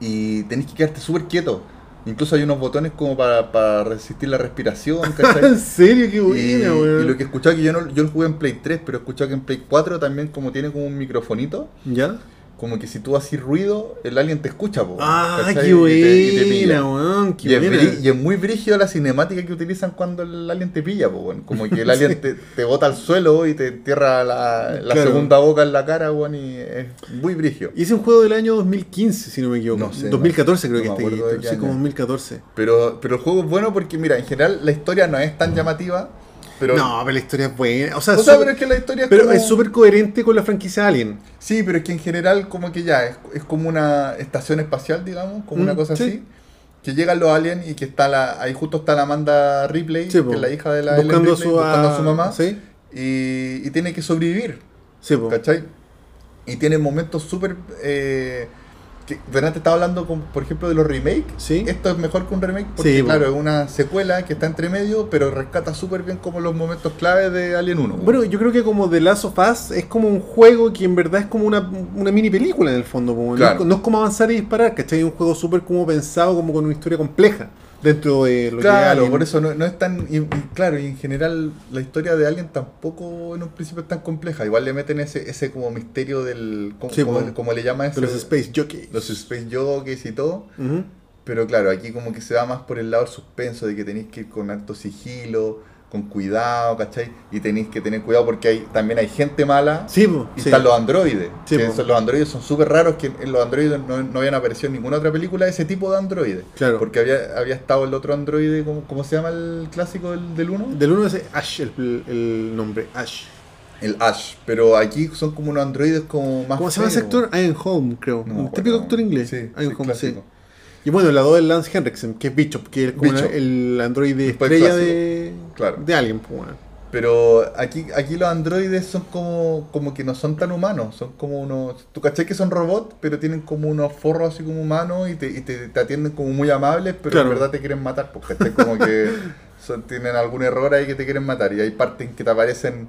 Y tenés que quedarte súper quieto. Incluso hay unos botones como para, para resistir la respiración,
en
¿cachai?
serio, qué
Eh, y,
buena, weón.
y lo que he escuchado, que yo, no, yo lo jugué en Play 3, pero he escuchado que en Play 4 también como tiene como un microfonito,
¿Ya?
como que si tú haces ruido, el alien te escucha, po,
Ah,
¿cachai?
qué
Y te- y te pilla.
buena, weón.
Y
Qué
es,
buena.
brí- y es muy brígido la cinemática que utilizan cuando el alien te pilla, po, weón. como que el alien te, te bota al suelo y te entierra la, la
Claro.
segunda boca en la cara, weón, y es muy brígido.
Hice un juego del año 2015, si no me equivoco.
No sé,
2014 creo
no
que
me
está
acuerdo de
aquí.
qué
Sí,
año.
como 2014.
Pero, pero el juego es bueno porque, mira, en general la historia no es tan llamativa, pero...
no, pero la historia es buena. O sea,
O sea,
súper-
pero es que la historia es
pero
como-
es súper coherente con la franquicia Alien.
Sí, pero es que en general como que ya, es, es como una estación espacial, digamos, como
Mm,
una cosa
sí.
así. Que llegan los aliens y que está la... Ahí justo está la Amanda Ripley,
Sí,
que
po.
es la hija de la Ellen
buscando, a
Ripley,
su,
buscando a su mamá.
Sí,
Y, y tiene que sobrevivir.
sí, po.
¿Cachai? Y tiene momentos súper... Eh, que Durante estaba hablando, con, por ejemplo, de los remakes.
Sí.
Esto es mejor que un remake porque,
Sí, po.
claro, es una secuela que está entre medio, pero rescata súper bien como los momentos claves de Alien 1. po.
Bueno, yo creo que como The Last of Us es como un juego que en verdad es como una, una mini película en el fondo. po. No es
Claro.
co- No, es como avanzar y disparar, ¿cachai? Es un juego súper como pensado, como con una historia compleja. dentro de lo que
Claro,
Alien-
por eso no, no es tan. y- y claro, y en general la historia de Alien tampoco en un principio es tan compleja. Igual le meten ese, ese como misterio del. Como,
Sí,
como-
bueno.
como le llama
de
ese.
los Space Jockeys.
Los Space Jockeys y todo.
Ujú.
Pero claro, aquí como que se va más por el lado del suspenso, de que tenéis que ir con alto sigilo, con cuidado, ¿cachai? Y tenéis que tener cuidado porque hay, también hay gente mala.
Sí, po,
Y
sí.
están los androides.
Sí,
que
po.
son- los androides son súper raros, que en los androides no, no habían aparecido en ninguna otra película ese tipo de androides.
Claro.
Porque había, había estado el otro androide, ¿cómo, cómo se llama el clásico del, del 1?
Del 1 es Ash, el, el nombre, Ash.
El Ash. Pero aquí son como unos androides como más...
¿Cómo se llama ese
feos.
actor? Ian Holm, creo.
Ah, No me
un
acuerdo.
típico actor inglés.
Sí,
Ian
sí,
Holm, sí.
clásico.
Y bueno, la 2 es Lance Henriksen, que es Bishop, que es como
Bishop.
el androide
Después
estrella
clásico.
de,
Claro.
de Alien. Pues, bueno.
Pero aquí, aquí los androides son como, como que no son tan humanos, son como unos... Tú caché que son robots, pero tienen como unos forros así como humanos y te, y te, te atienden como muy amables, pero
Claro.
en verdad te quieren matar, porque caché como que son- tienen algún error ahí que te quieren matar. Y hay partes en que te aparecen,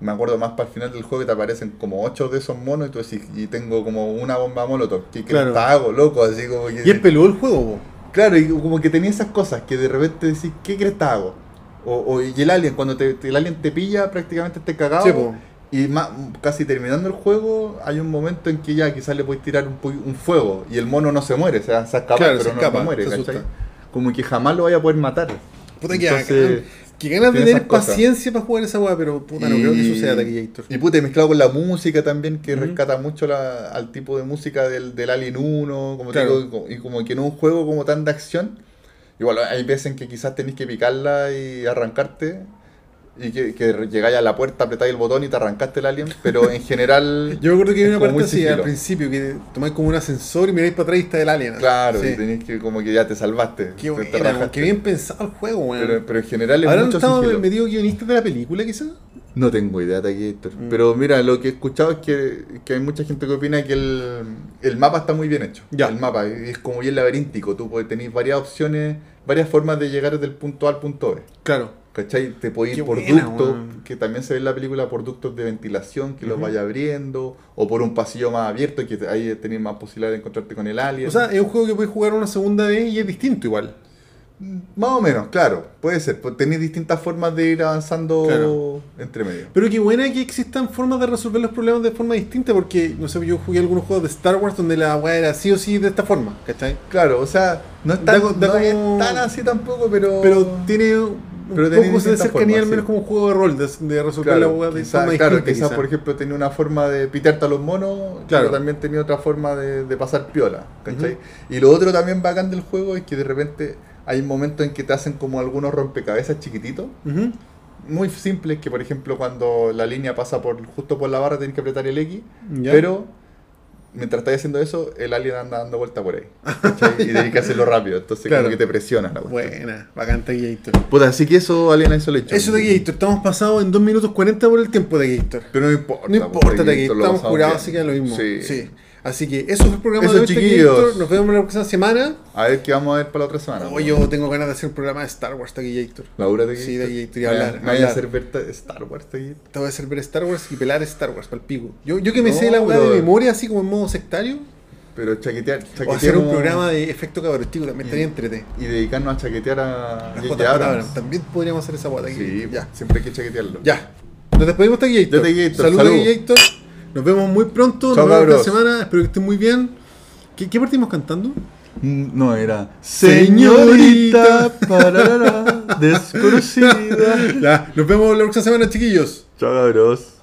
me acuerdo más para el final del juego, que te aparecen como ocho de esos monos y tú decís, y tengo como una bomba molotov, ¿qué que
Claro.
hago, loco? Así como que...
Y es peludo el juego, po.
Claro, y como que tenía esas cosas que de repente decís, ¿qué crees que hago? O, o- y el alien, cuando te, te- el alien te pilla, prácticamente te cagado.
Sí, po.
y ma- casi terminando el juego, hay un momento en que ya quizás le puedes tirar un, po- un fuego y el mono no se muere, o sea, se escapa,
Claro,
pero
se
no,
escapa,
no muere,
se asusta.
¿cachai? Como que jamás lo vaya a poder matar.
Puta que,
Entonces,
que ganas de
tiene
tener
esas cosas.
paciencia para jugar esa weá, pero puta, no creo que suceda Taquillator.
Y puta, y mezclado con la música también, que
Ujú.
rescata mucho la- al tipo de música del, del Alien 1, como te
Claro.
digo, y co- y como que en un juego como tan de acción, igual hay veces en que quizás tenés que picarla y arrancarte, y que, que llegáis a la puerta, apretáis el botón y te arrancaste el alien, pero en general,
Yo me acuerdo que hay
Es
una
como
parte
muy
así al
sigilo.
principio que tomáis como un ascensor y miráis para atrás y está el alien. así.
claro,
Sí.
y tenés que como que ya te salvaste.
Qué
te-
buena,
te
weón,
rajaste.
qué bien pensado el juego, weón.
pero, pero en general es
¿Habrán
mucho
estado
sigilo.
medio guionistas de la película, quizás?
No tengo idea de aquí, Héctor.
Mm.
Pero mira, lo que he escuchado es que, que hay mucha gente que opina que el, el mapa está muy bien hecho.
Ya.
El mapa es como bien laberíntico. Tú puedes- tenés varias opciones, varias formas de llegar del punto A al punto B.
Claro.
¿Cachai? Te podés
Qué
ir por
buena,
ductos,
weón.
que también se ve en la película por ductos de ventilación que los
Ujú.
vaya abriendo, o por un pasillo más abierto que te- ahí tenés más posibilidad de encontrarte con el alien.
O sea, es un juego que puedes jugar una segunda vez y es distinto igual.
Mm, más o menos, claro, puede ser. pues Tenés distintas formas de ir avanzando
Claro.
entre medio.
Pero qué buena que existan formas de resolver los problemas de forma distinta, porque, no sé, yo jugué algunos juegos de Star Wars donde la weá era sí o sí de esta forma, ¿cachai?
Claro, o sea, no es
Da
tan,
co- da
no
como-
es tan así tampoco, pero.
Pero tiene un
Pero tenía
poco de
distintas
cercanía,
formas,
al menos
sí.
como un juego de rol, de, de resolver la
Claro,
weá de
quizá-
forma
claro,
distinta.
quizás,
quizá.
por ejemplo, tenía una forma de pitarte a los monos,
Claro.
pero también tenía otra forma de, de pasar piola, ¿cachai? Y lo otro también bacán del juego es que de repente hay momentos en que te hacen como algunos rompecabezas chiquititos,
Ujú.
muy simples, que por ejemplo cuando la línea pasa por justo por la barra tienes que apretar el X,
Ya.
pero mientras estás haciendo eso, el alien anda dando vuelta por ahí, ¿cachai? Y tenés que hacerlo rápido, entonces
Claro.
como que te presionas la cuestión.
Buena, bacán Taquillator.
Puta, así que eso, Alien Isolation.
Eso de Gator, estamos pasados en 2 minutos 40 por el tiempo de Gator.
Pero no importa.
No importa,
porque
Taquito,
esto lo
estamos
pasamos
curados,
bien.
así que es lo mismo.
Sí.
Sí. Así que eso fue el programa
Eso,
de hoy,
chiquillos.
Taquillator. Nos vemos la próxima semana.
A ver qué vamos a ver para la otra semana.
Hoy yo tengo ganas de hacer un programa de Star Wars, Taquillator.
Laura de
Sí, de aquí, te
Me
iba a
vaya-
hablar,
me vaya a
hablar.
hacer ver ta- Star Wars de aquí.
Te voy a hacer ver Star Wars y pelar Star Wars, palpico. Yo, yo que me
No,
sé la weá de
brother.
memoria, así como en modo sectario,
Pero chaquetear. chaquetear
o hacer un
como-
programa de efecto cabrostico también
y-
estaría entrete.
Y dedicarnos a chaquetear a
Las
J.J.
J.J.
Abrams.
Abrams. También podríamos hacer esa guata aquí.
Sí,
ya.
siempre hay que chaquetearlo.
Ya. Nos despedimos, Taquillator.
Ya, Taquillator,
Saludos,
salud.
Taquillator. Nos vemos muy pronto.
Chao,
Nos vemos esta
cabros.
semana. Espero que estén muy bien. ¿Qué, qué partimos cantando?
Mm, No era.
Señorita.
pararara, desconocida.
Ya, nos vemos la próxima semana, chiquillos.
Chao, cabros.